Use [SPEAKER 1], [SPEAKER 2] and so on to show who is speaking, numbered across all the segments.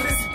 [SPEAKER 1] 3 y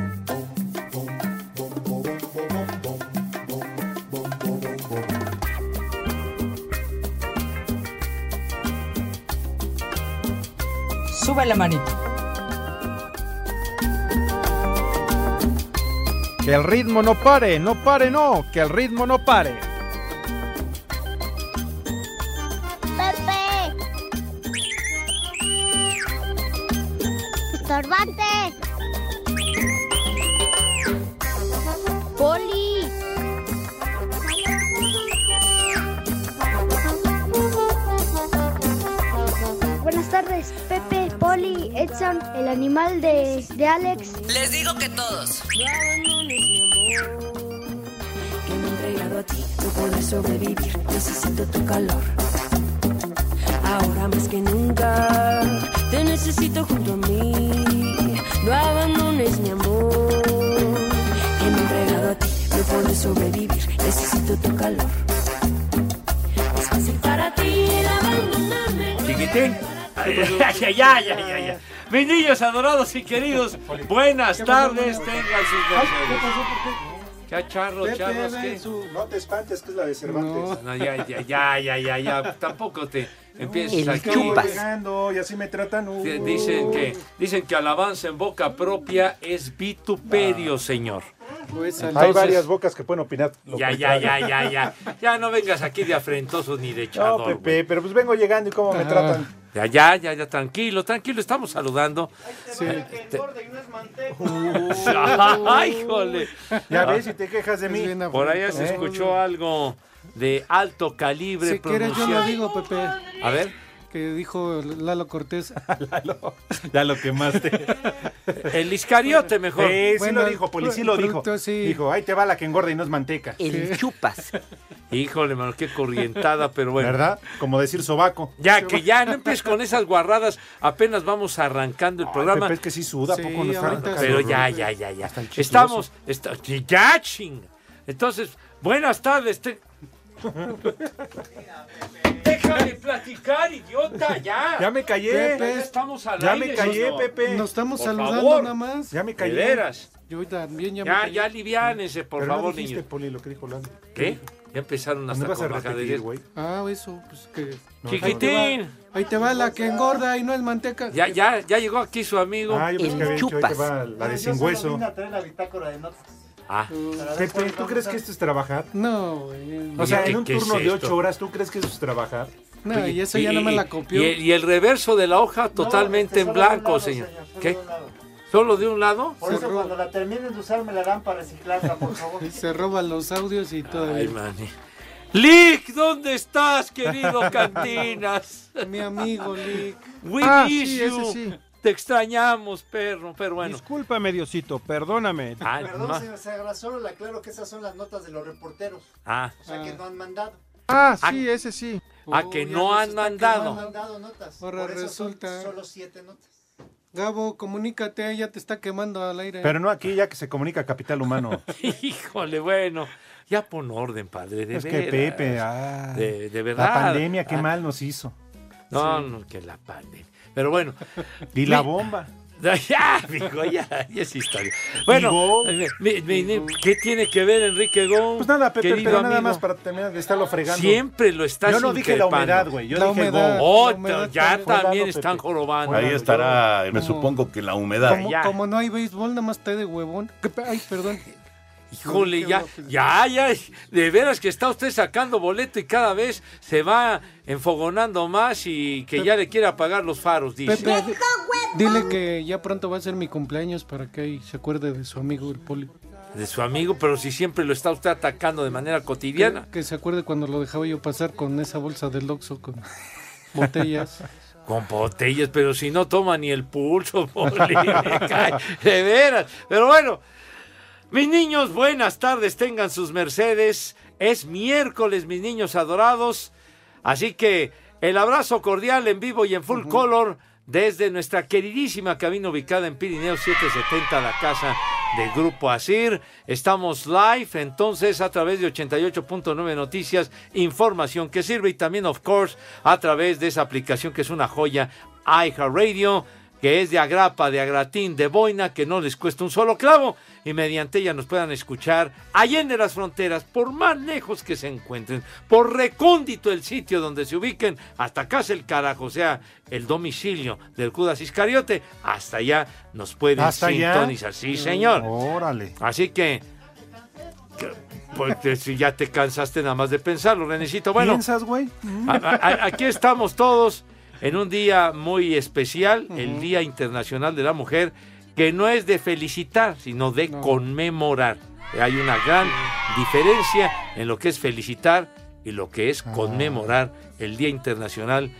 [SPEAKER 2] Sube la manita.
[SPEAKER 3] que el ritmo no pare, no pare, no, que el ritmo no pare.
[SPEAKER 4] Pepe. Estorbante. Poli. Buenas tardes, Pepe, Poli, Edson, el animal de, de Alex.
[SPEAKER 2] Les digo que todos.
[SPEAKER 5] que me he entregado a ti no podré sobrevivir. Necesito tu calor. Ahora más que nunca te necesito junto a mí. No abandones mi amor. Que me he entregado a ti no podré sobrevivir. Necesito tu calor. Es fácil para ti el abandonarme.
[SPEAKER 6] Chiquitín. Ay, ay, ay, ay, ay, ay. Mis niños adorados y queridos, buenas tardes, tengan sus mercedes. ¿Qué charros, charros? ¿qué?
[SPEAKER 7] No te espantes, que es la de Cervantes.
[SPEAKER 6] No, ya, ya, ya, ya, ya, ya, tampoco te empieces a
[SPEAKER 7] Es que voy llegando y así me tratan. uh.
[SPEAKER 6] Di- Dicen que, dicen que alabanza en boca propia es
[SPEAKER 7] Ah.
[SPEAKER 6] vituperio, señor.
[SPEAKER 7] Hay
[SPEAKER 6] Entonces-
[SPEAKER 7] varias bocas que pueden opinar. lo
[SPEAKER 6] Ya, ya,
[SPEAKER 7] contrario.
[SPEAKER 6] ya, ya, ya. Ya no vengas aquí de afrentoso ni de
[SPEAKER 7] No,
[SPEAKER 6] echador. güey.
[SPEAKER 7] Pepe, pero pues vengo llegando y
[SPEAKER 8] Ah.
[SPEAKER 7] cómo me tratan.
[SPEAKER 6] Ya, ya, ya, ya, tranquilo, tranquilo, estamos saludando. Ay, híjole.
[SPEAKER 7] Ya ves, si te quejas de mí. Eh.
[SPEAKER 6] Por allá se escuchó algo de alto calibre
[SPEAKER 8] Eh, Si quieres, yo lo
[SPEAKER 6] pronunciado.
[SPEAKER 8] digo, Pepe,
[SPEAKER 6] A ver,
[SPEAKER 8] que dijo Lalo Cortés.
[SPEAKER 7] Ya lo quemaste.
[SPEAKER 6] el Iscariote mejor.
[SPEAKER 7] Eh, sí
[SPEAKER 8] Bueno,
[SPEAKER 7] lo dijo, Poli, sí lo dijo.
[SPEAKER 8] producto, sí.
[SPEAKER 7] Dijo, ahí te va la que engorda y no es manteca.
[SPEAKER 8] que-
[SPEAKER 9] Ah,
[SPEAKER 6] Híjole, mano, qué corrientada, pero bueno.
[SPEAKER 7] ¿Verdad? Como decir sobaco.
[SPEAKER 6] Ya que ya no empieces con esas guarradas, apenas vamos arrancando el
[SPEAKER 7] Ay,
[SPEAKER 6] programa.
[SPEAKER 7] Pepe, es que sí suda, ¿a
[SPEAKER 8] Sí,
[SPEAKER 7] poco no está
[SPEAKER 8] ahorita
[SPEAKER 7] rico?
[SPEAKER 8] sí.
[SPEAKER 6] Pero ya, ya, ya, ya.
[SPEAKER 7] Hasta el chicloso.
[SPEAKER 6] Estamos. esta- ya, ching. Entonces, buenas tardes. te- Déjame platicar, idiota, ya.
[SPEAKER 7] Ya me callé.
[SPEAKER 6] Ya
[SPEAKER 8] Pepe,
[SPEAKER 6] estamos al
[SPEAKER 7] Ya
[SPEAKER 6] aire,
[SPEAKER 7] me callé,
[SPEAKER 6] ¿no?
[SPEAKER 7] Pepe.
[SPEAKER 8] Nos estamos
[SPEAKER 6] Por
[SPEAKER 8] saludando
[SPEAKER 6] favor.
[SPEAKER 8] nada más.
[SPEAKER 7] Ya me
[SPEAKER 6] De
[SPEAKER 7] callé.
[SPEAKER 6] veras.
[SPEAKER 8] Yo también ya, me
[SPEAKER 6] Ya,
[SPEAKER 8] callé.
[SPEAKER 6] ya, aliviánense, por
[SPEAKER 7] Pero no
[SPEAKER 6] favor,
[SPEAKER 7] dijiste,
[SPEAKER 6] niños.
[SPEAKER 7] Poli, lo que dijo Lando.
[SPEAKER 6] ¿Qué? Ya empezaron
[SPEAKER 7] No me
[SPEAKER 6] hasta
[SPEAKER 7] vas a
[SPEAKER 6] con
[SPEAKER 7] repetir,
[SPEAKER 6] majaderías.
[SPEAKER 7] güey.
[SPEAKER 8] Ah, eso, pues que.
[SPEAKER 6] Chiquitín.
[SPEAKER 8] Ahí te va la que engorda y no es manteca.
[SPEAKER 6] Ya, ya, ya llegó aquí su amigo.
[SPEAKER 7] Ah, yo pensé que había dicho, ahí te va la de sin hueso.
[SPEAKER 6] Ah,
[SPEAKER 7] Pepe, ¿tú crees que esto es trabajar?
[SPEAKER 8] No, güey.
[SPEAKER 7] O sea,
[SPEAKER 6] Fíjate,
[SPEAKER 7] en un
[SPEAKER 6] ¿qué es
[SPEAKER 7] turno de
[SPEAKER 6] esto?
[SPEAKER 7] ocho horas, ¿tú crees que eso es trabajar?
[SPEAKER 8] No, y eso ya nada más la copió.
[SPEAKER 6] Y el, y el reverso de la hoja totalmente en blanco, señor. ¿Qué? ¿Solo de un lado?
[SPEAKER 8] Se roba-
[SPEAKER 10] la terminen de usar, me la dan para reciclarla, por favor.
[SPEAKER 8] y se roba los audios y todo.
[SPEAKER 6] Ay, mani. Lick, ¿dónde estás, querido Cantinas?
[SPEAKER 8] Mi amigo Lick.
[SPEAKER 6] We
[SPEAKER 3] Ah,
[SPEAKER 6] miss
[SPEAKER 3] sí,
[SPEAKER 6] you.
[SPEAKER 3] ese sí.
[SPEAKER 6] Te extrañamos, perro, pero bueno.
[SPEAKER 3] Discúlpame, Diosito, perdóname.
[SPEAKER 6] Ah, ma-
[SPEAKER 10] solo le aclaro que esas son las notas de los reporteros,
[SPEAKER 6] ah,
[SPEAKER 10] o sea, que no han mandado.
[SPEAKER 3] Ah, sí, ese sí.
[SPEAKER 6] ah, que
[SPEAKER 8] Oh, ya
[SPEAKER 6] no
[SPEAKER 8] nos
[SPEAKER 6] han
[SPEAKER 8] está
[SPEAKER 10] No han
[SPEAKER 6] mandado.
[SPEAKER 10] mandado notas.
[SPEAKER 8] Ahora
[SPEAKER 10] Por eso son
[SPEAKER 8] resulta.
[SPEAKER 10] solo siete notas.
[SPEAKER 8] Gabo, comunícate, ya te está quemando al aire.
[SPEAKER 7] Pero no aquí, ya que se comunica capital humano.
[SPEAKER 6] Híjole, bueno. Ya pon orden, padre. De
[SPEAKER 7] es que
[SPEAKER 6] veras.
[SPEAKER 7] Pepe, ah,
[SPEAKER 6] de, de verdad.
[SPEAKER 7] la pandemia, qué
[SPEAKER 6] Ah,
[SPEAKER 7] mal nos hizo.
[SPEAKER 6] No, no, que la pandemia. Pero bueno,
[SPEAKER 7] Y la bomba.
[SPEAKER 6] ya, digo, ya, ya es historia. Bueno, eh, mi- mi- mi- ¿qué tiene que ver Enrique Gómez?
[SPEAKER 10] Pues nada, Pepe,
[SPEAKER 6] querido
[SPEAKER 10] pero nada
[SPEAKER 6] amigo?
[SPEAKER 10] más para terminar de estarlo fregando.
[SPEAKER 6] Siempre lo estás
[SPEAKER 10] Yo no dije la
[SPEAKER 6] increpando.
[SPEAKER 10] humedad, güey. Yo
[SPEAKER 6] La
[SPEAKER 10] dije
[SPEAKER 6] humedad,
[SPEAKER 10] go.
[SPEAKER 6] Oh, la humedad ya también. también están jorobando.
[SPEAKER 11] Ahí estará, me supongo que la humedad.
[SPEAKER 6] Como-
[SPEAKER 8] Como,
[SPEAKER 6] Ya.
[SPEAKER 8] como no hay béisbol, nada más está de huevón. ¿Qué pe- Ay, perdón.
[SPEAKER 6] Híjole, ya, ya, ya, de veras que está usted sacando boleto y cada vez se va enfogonando más y que ya le quiere apagar los faros, dice.
[SPEAKER 8] Pepe, di- dile que ya pronto va a ser mi cumpleaños para que ahí se acuerde de su amigo el poli.
[SPEAKER 6] De su amigo, pero si siempre lo está usted atacando de manera cotidiana.
[SPEAKER 8] Que, que se acuerde cuando lo dejaba yo pasar con esa bolsa del Oxxo con botellas.
[SPEAKER 6] Con botellas, pero si no toma ni el pulso, Poli, me cae, de veras. Pero bueno, mis niños, buenas tardes, tengan sus mercedes. Es miércoles, mis niños adorados. Así que el abrazo cordial en vivo y en full color desde nuestra queridísima cabina ubicada en Pirineo 770, la casa de Grupo Asir. Estamos live entonces a través de 88.9 Noticias, información que sirve y también, of course, a través de esa aplicación que es una joya, iHeartRadio, que es de agrapa, de agratín, de boina, que no les cuesta un solo clavo y mediante ella nos puedan escuchar allende las fronteras, por más lejos que se encuentren, por recóndito el sitio donde se ubiquen, hasta casa el carajo, o sea, el domicilio del Judas Iscariote, hasta allá nos pueden
[SPEAKER 12] ¿Hasta allá?
[SPEAKER 6] sintonizar. Sí, señor.
[SPEAKER 12] Órale.
[SPEAKER 6] Así que, que, pues, si ya te cansaste nada más de pensarlo, Renecito. Bueno,
[SPEAKER 10] ¿Piensas, güey?
[SPEAKER 6] a- a- aquí estamos todos en un día muy especial, el Día Internacional de la Mujer, que no es de felicitar, sino de conmemorar. Hay una gran diferencia en lo que es felicitar y lo que es conmemorar el Día Internacional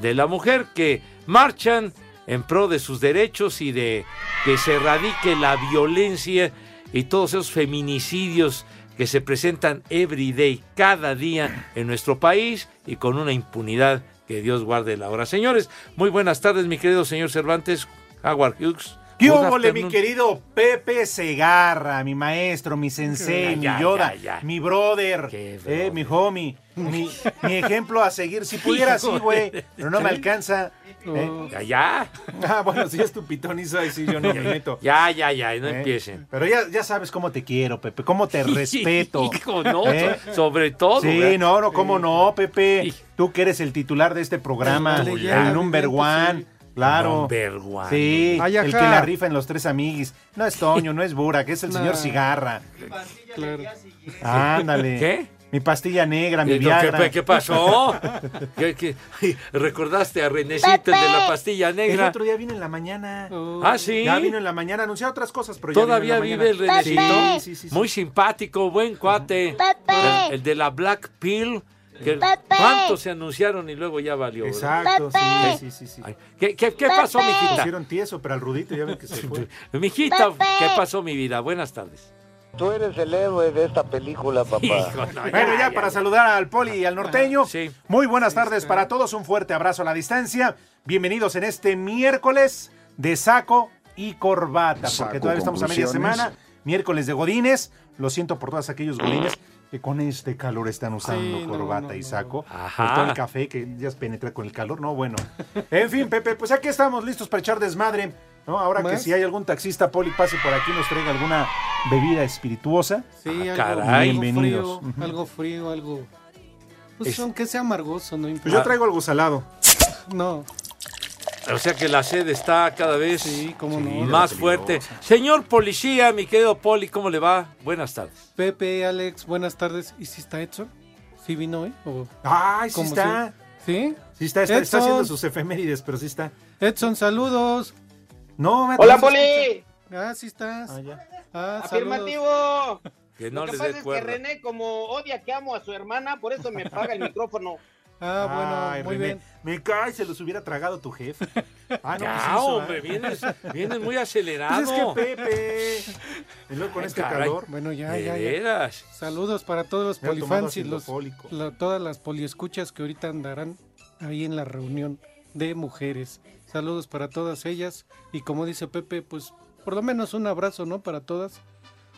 [SPEAKER 6] de la Mujer, que marchan en pro de sus derechos y de que se erradique la violencia y todos esos feminicidios que se presentan every day, cada día en nuestro país y con una impunidad que Dios guarde la hora. Señores, muy buenas tardes, mi querido señor Cervantes, Howard Hughes.
[SPEAKER 10] ¿Qué
[SPEAKER 6] Good
[SPEAKER 10] hubo, le, mi
[SPEAKER 6] afternoon.
[SPEAKER 10] querido Pepe Segarra, mi maestro, mi sensei,
[SPEAKER 6] Ya, ya,
[SPEAKER 10] mi Yoda,
[SPEAKER 6] ya, ya.
[SPEAKER 10] mi brother, eh, mi homie, mi, mi ejemplo a seguir? Si pudiera sí, güey, pero no me alcanza. ¿eh?
[SPEAKER 6] Ya, ya.
[SPEAKER 10] Ah, bueno, si es tu pitoniza, ahí sí, yo no me meto.
[SPEAKER 6] Ya, ya, ya, no
[SPEAKER 10] Eh,
[SPEAKER 6] empiecen.
[SPEAKER 10] Pero ya, ya sabes cómo te quiero, Pepe, cómo te respeto.
[SPEAKER 6] Hijo, no,
[SPEAKER 10] ¿eh?
[SPEAKER 6] so- sobre todo.
[SPEAKER 10] Sí,
[SPEAKER 6] ¿verdad?
[SPEAKER 10] no, no, cómo no, Pepe. Tú que eres el titular de este programa,
[SPEAKER 6] Ándale ya,
[SPEAKER 10] el number one. Claro.
[SPEAKER 6] Number one.
[SPEAKER 10] Sí,
[SPEAKER 6] Ay, ajá.
[SPEAKER 10] el que la rifa en los tres amiguis. No es Toño, no es Burak, es el
[SPEAKER 6] No.
[SPEAKER 10] señor Cigarra.
[SPEAKER 8] Claro.
[SPEAKER 10] Ándale.
[SPEAKER 6] ¿Qué?
[SPEAKER 10] Mi pastilla negra, mi
[SPEAKER 6] Eh, no, ¿Qué,
[SPEAKER 10] Viagra.
[SPEAKER 6] pa- qué pasó? ¿Qué- qué- ¿Recordaste a Renecito, el de la pastilla
[SPEAKER 10] El
[SPEAKER 6] negra?
[SPEAKER 10] otro día vino en la mañana.
[SPEAKER 6] Ah, ¿sí?
[SPEAKER 10] Ya vino en la mañana, anunciaba otras cosas, pero ya
[SPEAKER 6] Todavía
[SPEAKER 10] vino
[SPEAKER 6] vive el
[SPEAKER 10] en la mañana.
[SPEAKER 6] Renecito.
[SPEAKER 10] Sí, sí, sí, sí.
[SPEAKER 6] Muy simpático, buen cuate. El, el de la Black Pill. que- ¿Cuántos se anunciaron y luego ya valió? verdad?
[SPEAKER 10] Exacto, sí, sí, sí, sí.
[SPEAKER 6] Ay, ¿Qué, qué- qué pasó, mijita?
[SPEAKER 10] Hicieron tieso, pero al rudito ya ven que se fue.
[SPEAKER 6] Mijita, ¿qué pasó, mi vida? Buenas tardes.
[SPEAKER 13] Tú eres el héroe de esta película, papá.
[SPEAKER 6] Hijo, no, ya,
[SPEAKER 10] Bueno, ya,
[SPEAKER 6] ya,
[SPEAKER 10] para
[SPEAKER 6] ya.
[SPEAKER 10] saludar al Poli y al norteño. Muy buenas tardes para todos, un fuerte abrazo a la distancia. Bienvenidos en este miércoles de saco y corbata, porque
[SPEAKER 9] Saco,
[SPEAKER 10] todavía estamos a media
[SPEAKER 9] conclusiones.
[SPEAKER 10] semana. Miércoles de Godines. Lo siento por todos aquellos Godines que con este calor están usando
[SPEAKER 9] Sí, no,
[SPEAKER 10] corbata
[SPEAKER 9] no,
[SPEAKER 10] y
[SPEAKER 9] no.
[SPEAKER 10] saco.
[SPEAKER 9] Ajá.
[SPEAKER 10] Está el café que ya se penetra con el calor, no, bueno. En fin, Pepe, pues aquí estamos listos para echar desmadre. ¿no? Ahora que
[SPEAKER 8] ¿Más?
[SPEAKER 10] si hay algún taxista Poli pase por aquí nos traiga alguna bebida espirituosa.
[SPEAKER 8] Sí,
[SPEAKER 2] Ah,
[SPEAKER 8] algo,
[SPEAKER 10] Ah, caray.
[SPEAKER 8] algo
[SPEAKER 10] Bienvenidos.
[SPEAKER 8] frío,
[SPEAKER 10] Ujú.
[SPEAKER 8] algo frío, algo... Pues
[SPEAKER 6] Es-
[SPEAKER 8] aunque sea amargoso, no importa.
[SPEAKER 10] Pues yo traigo algo salado.
[SPEAKER 8] No,
[SPEAKER 6] O sea que la sed está cada vez
[SPEAKER 8] no.
[SPEAKER 6] más
[SPEAKER 8] Peligrosa.
[SPEAKER 6] fuerte. Señor policía, mi querido Poli, ¿cómo le va? Buenas tardes.
[SPEAKER 8] Pepe, Alex, buenas tardes. ¿Y si está Edson? ¿Sí vino hoy? ¿O
[SPEAKER 10] Ay, sí
[SPEAKER 8] cómo
[SPEAKER 10] está.
[SPEAKER 8] ¿Sí? ¿Sí?
[SPEAKER 10] Sí, está, está, está
[SPEAKER 8] Edson.
[SPEAKER 10] haciendo sus efemérides, pero sí está.
[SPEAKER 8] Edson, saludos.
[SPEAKER 10] No, me-
[SPEAKER 8] Hola,
[SPEAKER 10] no se
[SPEAKER 8] Poli.
[SPEAKER 10] escucha.
[SPEAKER 8] Ah, sí estás.
[SPEAKER 10] Ah,
[SPEAKER 8] Ah, saludos.
[SPEAKER 2] Afirmativo.
[SPEAKER 6] Que
[SPEAKER 2] Lo
[SPEAKER 6] no
[SPEAKER 2] que
[SPEAKER 6] les
[SPEAKER 2] pasa
[SPEAKER 6] dé
[SPEAKER 2] es que
[SPEAKER 6] cuerda.
[SPEAKER 2] René, como odia que amo a su hermana, por eso me paga el micrófono.
[SPEAKER 8] Ah,
[SPEAKER 10] Ay, René, Me cae, se los hubiera tragado tu jefe. Ah,
[SPEAKER 6] Ya,
[SPEAKER 10] pues eso,
[SPEAKER 6] hombre,
[SPEAKER 10] ¿eh?
[SPEAKER 6] vienes, vienes muy
[SPEAKER 10] Pues
[SPEAKER 6] acelerado.
[SPEAKER 10] es que Pepe. Y luego con
[SPEAKER 6] Ay,
[SPEAKER 10] este
[SPEAKER 6] caray.
[SPEAKER 10] calor.
[SPEAKER 8] Bueno, ya,
[SPEAKER 6] De
[SPEAKER 8] ya, ya.
[SPEAKER 6] veras.
[SPEAKER 8] Saludos para todos los
[SPEAKER 10] Me han tomado
[SPEAKER 8] polifans y los,
[SPEAKER 10] acidofólico.
[SPEAKER 8] la- todas las poliescuchas que ahorita andarán ahí en la reunión de mujeres. Saludos para todas ellas. Y como dice Pepe, pues por lo menos un abrazo, ¿no? Para todas.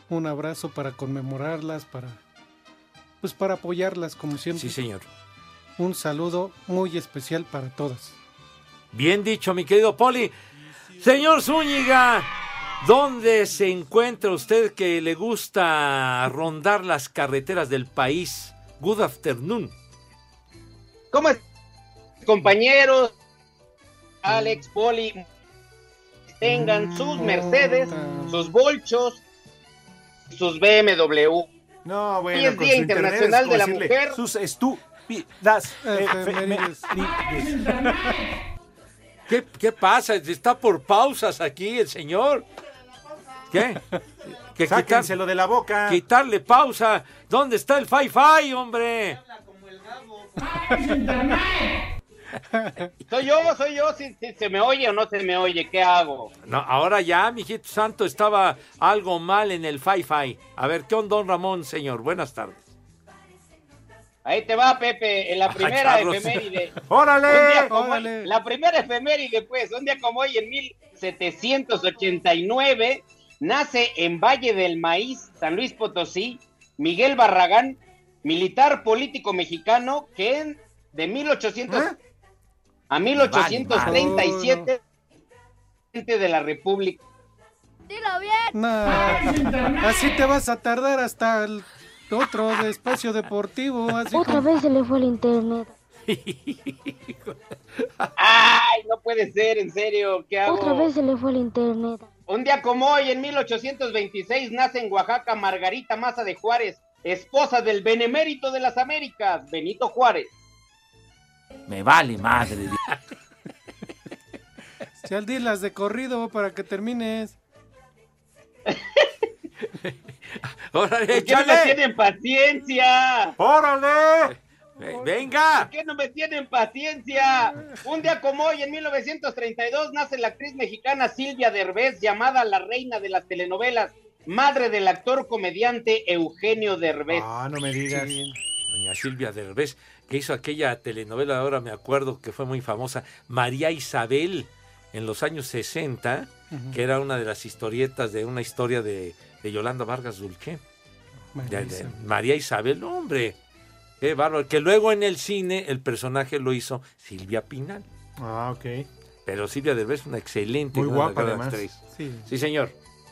[SPEAKER 8] Un abrazo para conmemorarlas, para. Pues para apoyarlas, como siempre.
[SPEAKER 6] Sí, señor.
[SPEAKER 8] Un saludo muy especial para todas.
[SPEAKER 6] Bien dicho, mi querido Poli. Señor Zúñiga, ¿dónde se encuentra usted que le gusta rondar las carreteras del país? Good afternoon.
[SPEAKER 10] ¿Cómo es? Compañeros, Alex, Poli, tengan sus Mercedes, sus Bolchos, sus BMW.
[SPEAKER 8] No, bueno,
[SPEAKER 10] Hoy es
[SPEAKER 8] con
[SPEAKER 10] Día
[SPEAKER 8] su internet
[SPEAKER 10] Internacional
[SPEAKER 8] es
[SPEAKER 10] de la
[SPEAKER 8] como decirle,
[SPEAKER 10] Mujer.
[SPEAKER 8] Sus estúpidas efemérides.
[SPEAKER 6] ¿Qué, qué pasa? Está por pausas aquí el señor. ¿Qué? Que quitar-
[SPEAKER 8] Sáquenselo de la boca.
[SPEAKER 6] quitarle pausa. ¿Dónde está el Fi-Fi, hombre?
[SPEAKER 10] Soy yo, soy yo, si, si se me oye o no se me oye, ¿qué hago?
[SPEAKER 6] No, ahora ya, mijito santo, estaba algo mal en el Fi-Fi. A ver, ¿qué onda, don Ramón, señor? Buenas tardes.
[SPEAKER 10] Ahí te va, Pepe, en la primera
[SPEAKER 6] Carlos.
[SPEAKER 10] efeméride.
[SPEAKER 6] ¡Órale!
[SPEAKER 10] Un día como hoy- la primera efeméride, pues, un día como hoy, en 1789, nace en Valle del Maíz, San Luis Potosí, Miguel Barragán, militar político mexicano, que en- de 1800 a 1837 presidente de la República.
[SPEAKER 4] Dilo bien.
[SPEAKER 14] Nah, así te vas a tardar hasta el otro de espacio deportivo. Así
[SPEAKER 4] Otra
[SPEAKER 14] como-
[SPEAKER 4] vez se le fue el internet.
[SPEAKER 10] Ay, no puede ser, en serio, ¿qué hago?
[SPEAKER 4] Otra vez se le fue el internet.
[SPEAKER 10] Un día como hoy, en 1826, nace en Oaxaca Margarita Maza de Juárez, esposa del benemérito de las Américas, Benito Juárez.
[SPEAKER 6] Me vale madre.
[SPEAKER 14] Ya al las de corrido para que termines.
[SPEAKER 6] Órale,
[SPEAKER 10] ¿Por qué no me
[SPEAKER 6] échale.
[SPEAKER 10] tienen paciencia?
[SPEAKER 8] ¡Órale!
[SPEAKER 6] Eh, ¡Venga!
[SPEAKER 10] ¿Por qué no me tienen paciencia? Un día como hoy, en 1932, nace la actriz mexicana Silvia Derbez, llamada la reina de las telenovelas, madre del actor comediante Eugenio Derbez.
[SPEAKER 8] Ah, no me digas.
[SPEAKER 6] Doña Silvia Derbez, que hizo aquella telenovela, ahora me acuerdo que fue muy famosa, María Isabel, en los años 60,
[SPEAKER 14] Ujú.
[SPEAKER 6] que era una de las historietas de una historia de, de Yolanda Vargas Dulce.
[SPEAKER 14] María
[SPEAKER 6] De- de-
[SPEAKER 14] Isabel.
[SPEAKER 6] María Isabel, no, hombre. Qué bárbaro. Que luego en el cine el personaje lo hizo Silvia Pinal.
[SPEAKER 8] Ah, ok.
[SPEAKER 6] Pero Silvia Derbez es una excelente
[SPEAKER 8] Muy
[SPEAKER 6] una
[SPEAKER 8] guapa,
[SPEAKER 6] gran
[SPEAKER 8] además.
[SPEAKER 6] actriz.
[SPEAKER 14] Sí.
[SPEAKER 6] Sí, señor.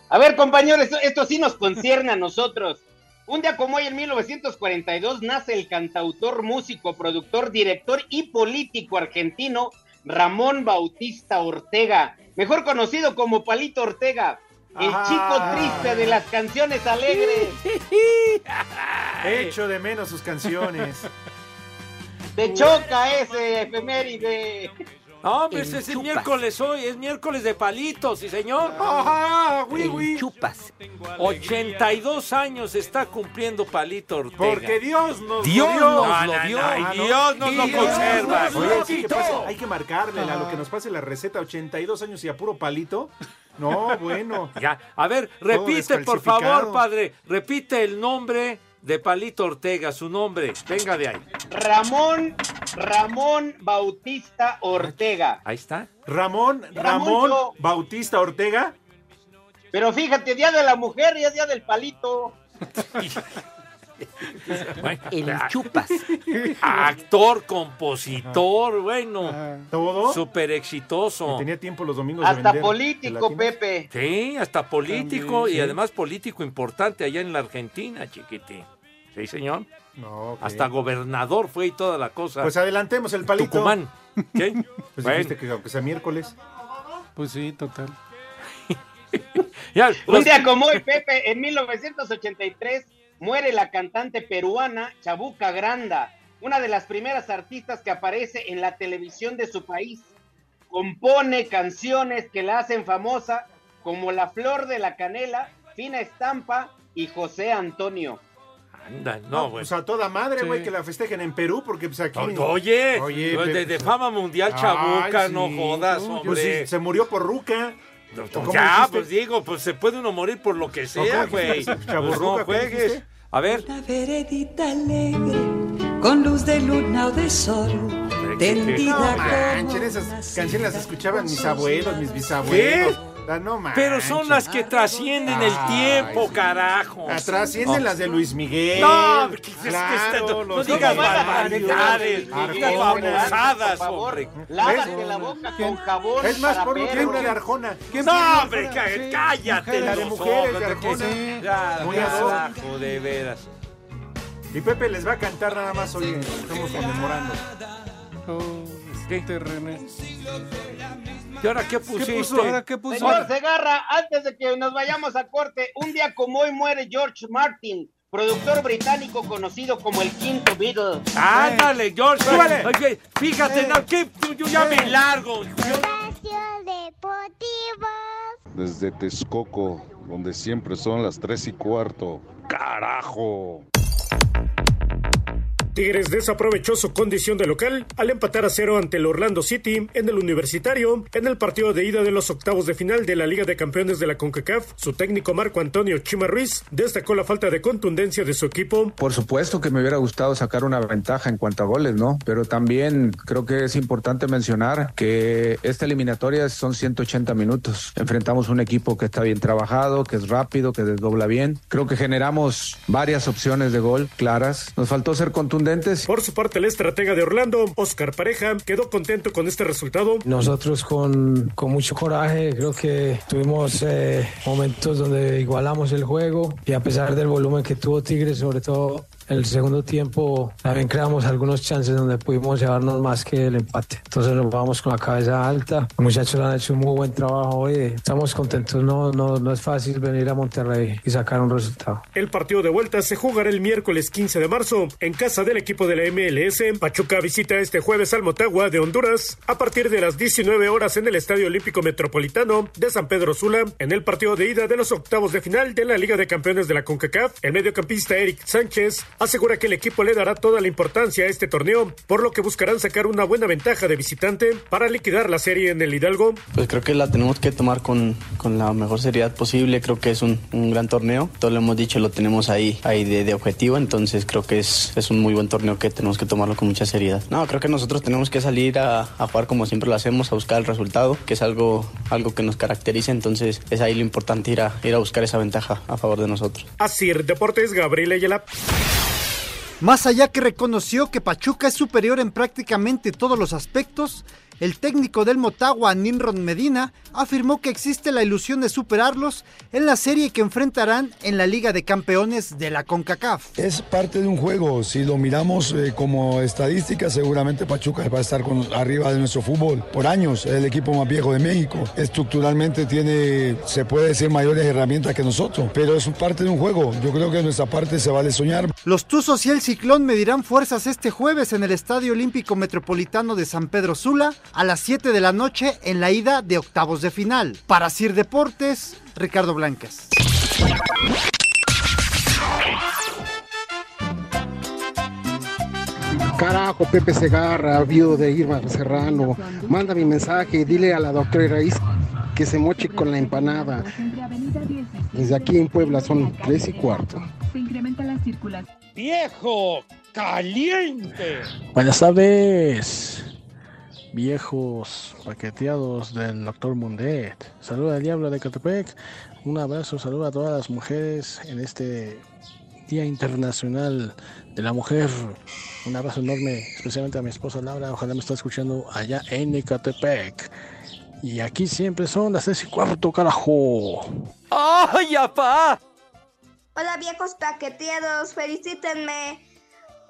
[SPEAKER 10] A ver, compañeros, esto, esto sí nos concierne a nosotros. Un día como hoy, en 1942, nace el cantautor, músico, productor, director y político argentino Ramón Bautista Ortega, mejor conocido como Palito Ortega, el
[SPEAKER 8] Ah.
[SPEAKER 10] chico triste de las canciones alegres.
[SPEAKER 8] Echo de menos sus canciones.
[SPEAKER 10] Te choca ese efeméride.
[SPEAKER 6] No, hombre, ese es el miércoles hoy, es miércoles de palitos, sí, señor.
[SPEAKER 8] ¡Ah,
[SPEAKER 6] güey, güey! Chupas. 82 años está cumpliendo Palito Ortega.
[SPEAKER 8] Porque Dios nos
[SPEAKER 6] Dios
[SPEAKER 8] lo dio.
[SPEAKER 6] nos lo dio. Y Dios nos lo conserva.
[SPEAKER 8] nos lo
[SPEAKER 6] Oye,
[SPEAKER 8] sí, que
[SPEAKER 6] quitó.
[SPEAKER 8] pase- Pues, hay que marcarle a lo que nos pase la receta 82 años y a puro palito. No, bueno.
[SPEAKER 6] Ya, a ver,
[SPEAKER 8] Todo
[SPEAKER 6] repite, por
[SPEAKER 8] descalcificado.
[SPEAKER 6] favor, padre, repite el nombre de Palito Ortega, su nombre. Venga de ahí.
[SPEAKER 10] Ramón, Ramón Bautista Ortega.
[SPEAKER 6] Ahí está.
[SPEAKER 8] Ramón, Ramón
[SPEAKER 10] Ramón yo.
[SPEAKER 8] Bautista Ortega.
[SPEAKER 10] Pero fíjate, Día de la Mujer y es Día del Palito.
[SPEAKER 6] El chupas. Actor, compositor, bueno.
[SPEAKER 8] Todo.
[SPEAKER 6] Súper exitoso.
[SPEAKER 8] Tenía tiempo los domingos de
[SPEAKER 10] Hasta
[SPEAKER 8] vender
[SPEAKER 10] político,
[SPEAKER 8] gelatinas.
[SPEAKER 10] Pepe.
[SPEAKER 6] Sí, hasta político
[SPEAKER 8] También,
[SPEAKER 6] y
[SPEAKER 8] sí.
[SPEAKER 6] además político importante allá en la Argentina, chiquitín. Sí, señor.
[SPEAKER 8] No, ok.
[SPEAKER 6] Hasta gobernador fue y toda la cosa.
[SPEAKER 8] Pues adelantemos el palito.
[SPEAKER 6] Tucumán. ¿Qué?
[SPEAKER 8] Pues
[SPEAKER 6] Bueno.
[SPEAKER 8] dijiste que aunque sea miércoles.
[SPEAKER 14] Pues sí, total.
[SPEAKER 6] Ya,
[SPEAKER 10] Un
[SPEAKER 6] los-
[SPEAKER 10] día como hoy, Pepe, en 1983 muere la cantante peruana Chabuca Granda, una de las primeras artistas que aparece en la televisión de su país. Compone canciones que la hacen famosa, como La Flor de la Canela, Fina Estampa y José Antonio.
[SPEAKER 6] Anda,
[SPEAKER 8] No,
[SPEAKER 6] no, bueno.
[SPEAKER 8] pues a toda madre,
[SPEAKER 6] Sí.
[SPEAKER 8] güey, que la festejen en Perú, porque pues aquí.
[SPEAKER 6] Oye, pues,
[SPEAKER 8] Pepe,
[SPEAKER 6] de, de
[SPEAKER 8] pues,
[SPEAKER 6] fama mundial,
[SPEAKER 8] Ay,
[SPEAKER 6] chabuca,
[SPEAKER 8] sí.
[SPEAKER 6] no jodas,
[SPEAKER 8] Uy,
[SPEAKER 6] hombre.
[SPEAKER 8] pues, sí, se murió por Ruca. ¿Cómo
[SPEAKER 6] ya,
[SPEAKER 8] dijiste?
[SPEAKER 6] pues digo, pues se puede uno morir por lo que sea,
[SPEAKER 8] ¿cómo
[SPEAKER 6] güey.
[SPEAKER 8] dijiste?
[SPEAKER 6] Pues
[SPEAKER 8] Chaburruca,
[SPEAKER 6] no
[SPEAKER 8] ¿cómo
[SPEAKER 6] juegues.
[SPEAKER 8] dijiste?
[SPEAKER 6] A ver,
[SPEAKER 5] Una veredita alegre, con luz de luna o de sol,
[SPEAKER 8] No
[SPEAKER 5] tendida
[SPEAKER 8] manchen,
[SPEAKER 5] como
[SPEAKER 8] esas canciones las escuchaban mis abuelos, mis bisabuelos. Ah, No manches.
[SPEAKER 6] Pero son las que trascienden el tiempo, carajo.
[SPEAKER 8] Ah, Trascienden las de Luis Miguel.
[SPEAKER 6] No, porque es que
[SPEAKER 8] Claro,
[SPEAKER 6] está- no, no
[SPEAKER 8] los
[SPEAKER 6] digas
[SPEAKER 8] demás.
[SPEAKER 6] barbaridades, no digas
[SPEAKER 8] Arjona. Por
[SPEAKER 6] babosadas,
[SPEAKER 8] favor,
[SPEAKER 6] hombre.
[SPEAKER 8] lávate
[SPEAKER 6] ¿Ves?
[SPEAKER 8] la
[SPEAKER 2] boca
[SPEAKER 8] ¿Quién?
[SPEAKER 2] con jabón.
[SPEAKER 8] Es más,
[SPEAKER 2] para
[SPEAKER 8] por último,
[SPEAKER 2] perros.
[SPEAKER 8] una de Arjona.
[SPEAKER 6] No, hombre, ca- cállate.
[SPEAKER 8] La de
[SPEAKER 6] los
[SPEAKER 8] mujeres de
[SPEAKER 6] ojos,
[SPEAKER 8] Arjona.
[SPEAKER 6] que- Ya,
[SPEAKER 8] Muy
[SPEAKER 6] carajo, de veras.
[SPEAKER 8] Y Pepe les va a cantar nada más hoy. Estamos conmemorando.
[SPEAKER 6] Oh, este ¿Qué? ¿Y ahora qué pusiste?
[SPEAKER 2] Señor Segarra, antes de que nos vayamos a corte, un día como hoy muere George Martin, productor británico conocido como el quinto Beatle.
[SPEAKER 6] Ándale, George.
[SPEAKER 2] Súbale.
[SPEAKER 6] Oye, fíjate, no, que yo- yo ya me largo.
[SPEAKER 15] Desde Texcoco, donde siempre son las tres y cuarto. ¡Carajo!
[SPEAKER 16] Tigres desaprovechó su condición de local al empatar a cero ante el Orlando City en el Universitario en el partido de ida de los octavos de final de la Liga de Campeones de la CONCACAF. Su técnico Marco Antonio Chima Ruiz destacó la falta de contundencia de su equipo.
[SPEAKER 17] Por supuesto que me hubiera gustado sacar una ventaja en cuanto a goles, ¿no? Pero también creo que es importante mencionar que esta eliminatoria son 180 minutos. Enfrentamos un equipo que está bien trabajado, que es rápido, que desdobla bien. Creo que generamos varias opciones de gol claras. Nos faltó ser contundentes.
[SPEAKER 16] Por su parte, el estratega de Orlando, Oscar Pareja, quedó contento con este resultado.
[SPEAKER 18] Nosotros con, con mucho coraje, creo que tuvimos eh, momentos donde igualamos el juego y a pesar del volumen que tuvo Tigres, sobre todo en el segundo tiempo, también creamos algunos chances donde pudimos llevarnos más que el empate. Entonces nos vamos con la cabeza alta. Los muchachos han hecho un muy buen trabajo hoy. Estamos contentos, no, no, no es fácil venir a Monterrey y sacar un resultado.
[SPEAKER 16] El partido de vuelta se jugará el miércoles 15 de marzo en casa del equipo de la MLS. Pachuca visita este jueves al Motagua de Honduras a partir de las 19 horas en el Estadio Olímpico Metropolitano de San Pedro Sula en el partido de ida de los octavos de final de la Liga de Campeones de la CONCACAF. El mediocampista Eric Sánchez asegura que el equipo le dará toda la importancia a este torneo, por lo que buscarán sacar una buena ventaja de visitante para liquidar la serie en el Hidalgo.
[SPEAKER 19] Pues creo que la tenemos que tomar con, con la mejor seriedad posible. Creo que es un, un gran torneo. Todo lo hemos dicho, lo tenemos ahí, ahí de, de objetivo. Entonces creo que es, es un muy buen torneo que tenemos que tomarlo con mucha seriedad. No, creo que nosotros tenemos que salir a, a jugar como siempre lo hacemos, a buscar el resultado, que es algo, algo que nos caracteriza. Entonces es ahí lo importante ir a, ir a buscar esa ventaja a favor de nosotros.
[SPEAKER 16] Así, Deportes, Gabriel Ayala.
[SPEAKER 20] Más allá que reconoció que Pachuca es superior en prácticamente todos los aspectos, el técnico del Motagua, Ninron Medina, afirmó que existe la ilusión de superarlos en la serie que enfrentarán en la Liga de Campeones de la CONCACAF.
[SPEAKER 10] Es parte de un juego. Si lo miramos eh, como estadística, seguramente Pachuca va a estar con- arriba de nuestro fútbol por años. Es el equipo más viejo de México. Estructuralmente tiene, se puede decir, mayores herramientas que nosotros. Pero es parte de un juego. Yo creo que de nuestra parte se vale soñar.
[SPEAKER 20] Los Tuzos y el Ciclón medirán fuerzas este jueves en el Estadio Olímpico Metropolitano de San Pedro Sula a las 7 de la noche en la ida de octavos de final. Para Sir Deportes, Ricardo Blancas.
[SPEAKER 21] Carajo, Pepe Segarra, viudo de Irma Serrano. Manda mi mensaje y dile a la doctora Raíz que se moche con la empanada. Desde aquí en Puebla son tres y cuarto.
[SPEAKER 22] Se incrementa la circulación. ¡Viejo! ¡Caliente!
[SPEAKER 5] Buenas tardes, viejos paqueteados del doctor Mundet. Saluda al diablo de Catepec. Un abrazo, saludo a todas las mujeres en este Día Internacional de la Mujer. Un abrazo enorme, especialmente a mi esposa Laura. Ojalá me esté escuchando allá en Ecatepec. Y aquí siempre son las tres y cuarto, carajo.
[SPEAKER 4] ¡Ay, apá! Hola, viejos paqueteados, felicítenme.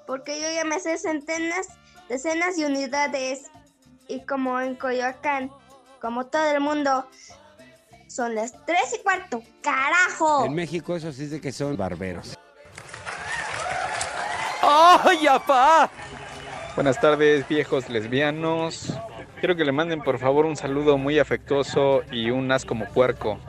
[SPEAKER 4] Porque yo ya me sé centenas, decenas y unidades. Y como en Coyoacán, como todo el mundo, son las tres y cuarto. ¡Carajo!
[SPEAKER 23] En México eso sí es de que son barberos.
[SPEAKER 4] ¡Ay, apá!
[SPEAKER 1] Buenas tardes, viejos lesbianos. Quiero que le manden por favor un saludo muy afectuoso y un as como puerco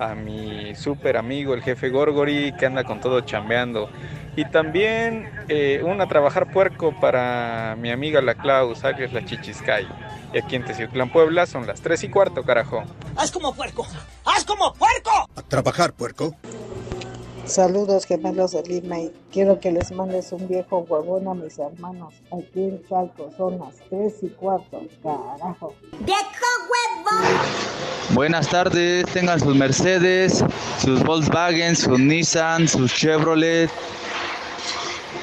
[SPEAKER 1] a mi súper amigo, el jefe Gorgori, que anda con todo chambeando. Y también eh, un a trabajar puerco para mi amiga la Claus, alias la Chichiscay. Y aquí en Teciutlán, Puebla, son las 3 y cuarto, carajo.
[SPEAKER 24] ¡Haz como puerco! ¡Haz como puerco!
[SPEAKER 25] A trabajar, puerco.
[SPEAKER 5] Saludos gemelos de Lima y quiero que les mandes un viejo huevón a mis hermanos aquí en Chalco, son las 3 y cuarto, carajo.
[SPEAKER 1] Buenas tardes, tengan sus Mercedes, sus Volkswagen, sus Nissan, sus Chevrolet.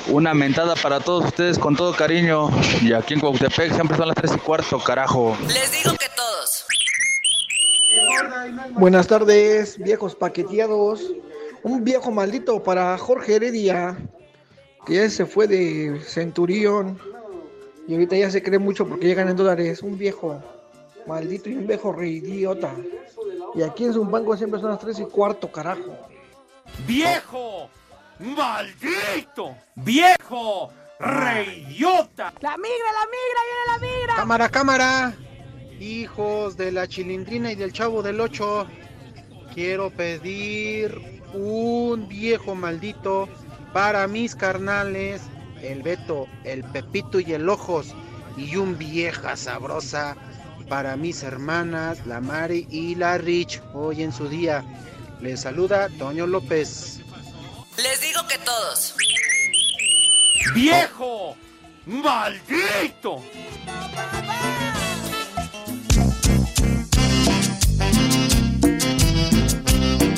[SPEAKER 1] Una mentada para todos ustedes con todo cariño. Y aquí en Cuautepec siempre son las 3 y cuarto, carajo.
[SPEAKER 2] Les digo que todos.
[SPEAKER 10] Buenas tardes, viejos paqueteados. Un viejo maldito para Jorge Heredia, que ya se fue de Centurión. Y ahorita ya se cree mucho porque llegan en dólares. Un viejo maldito y un viejo reidiota. Y aquí en Zumbango siempre son las 3 y cuarto, carajo.
[SPEAKER 6] ¡Viejo! ¡Maldito! ¡Viejo! ¡Reidiota!
[SPEAKER 26] ¡La migra, la migra, viene la migra!
[SPEAKER 10] Cámara, cámara. Hijos de la chilindrina y del chavo del 8, quiero pedir un viejo maldito para mis carnales, el Beto, el Pepito y el Ojos, y un vieja sabrosa para mis hermanas, la Mari y la Rich, hoy en su día. Les saluda Toño López.
[SPEAKER 2] Les digo que todos.
[SPEAKER 6] ¡Viejo! ¡Maldito!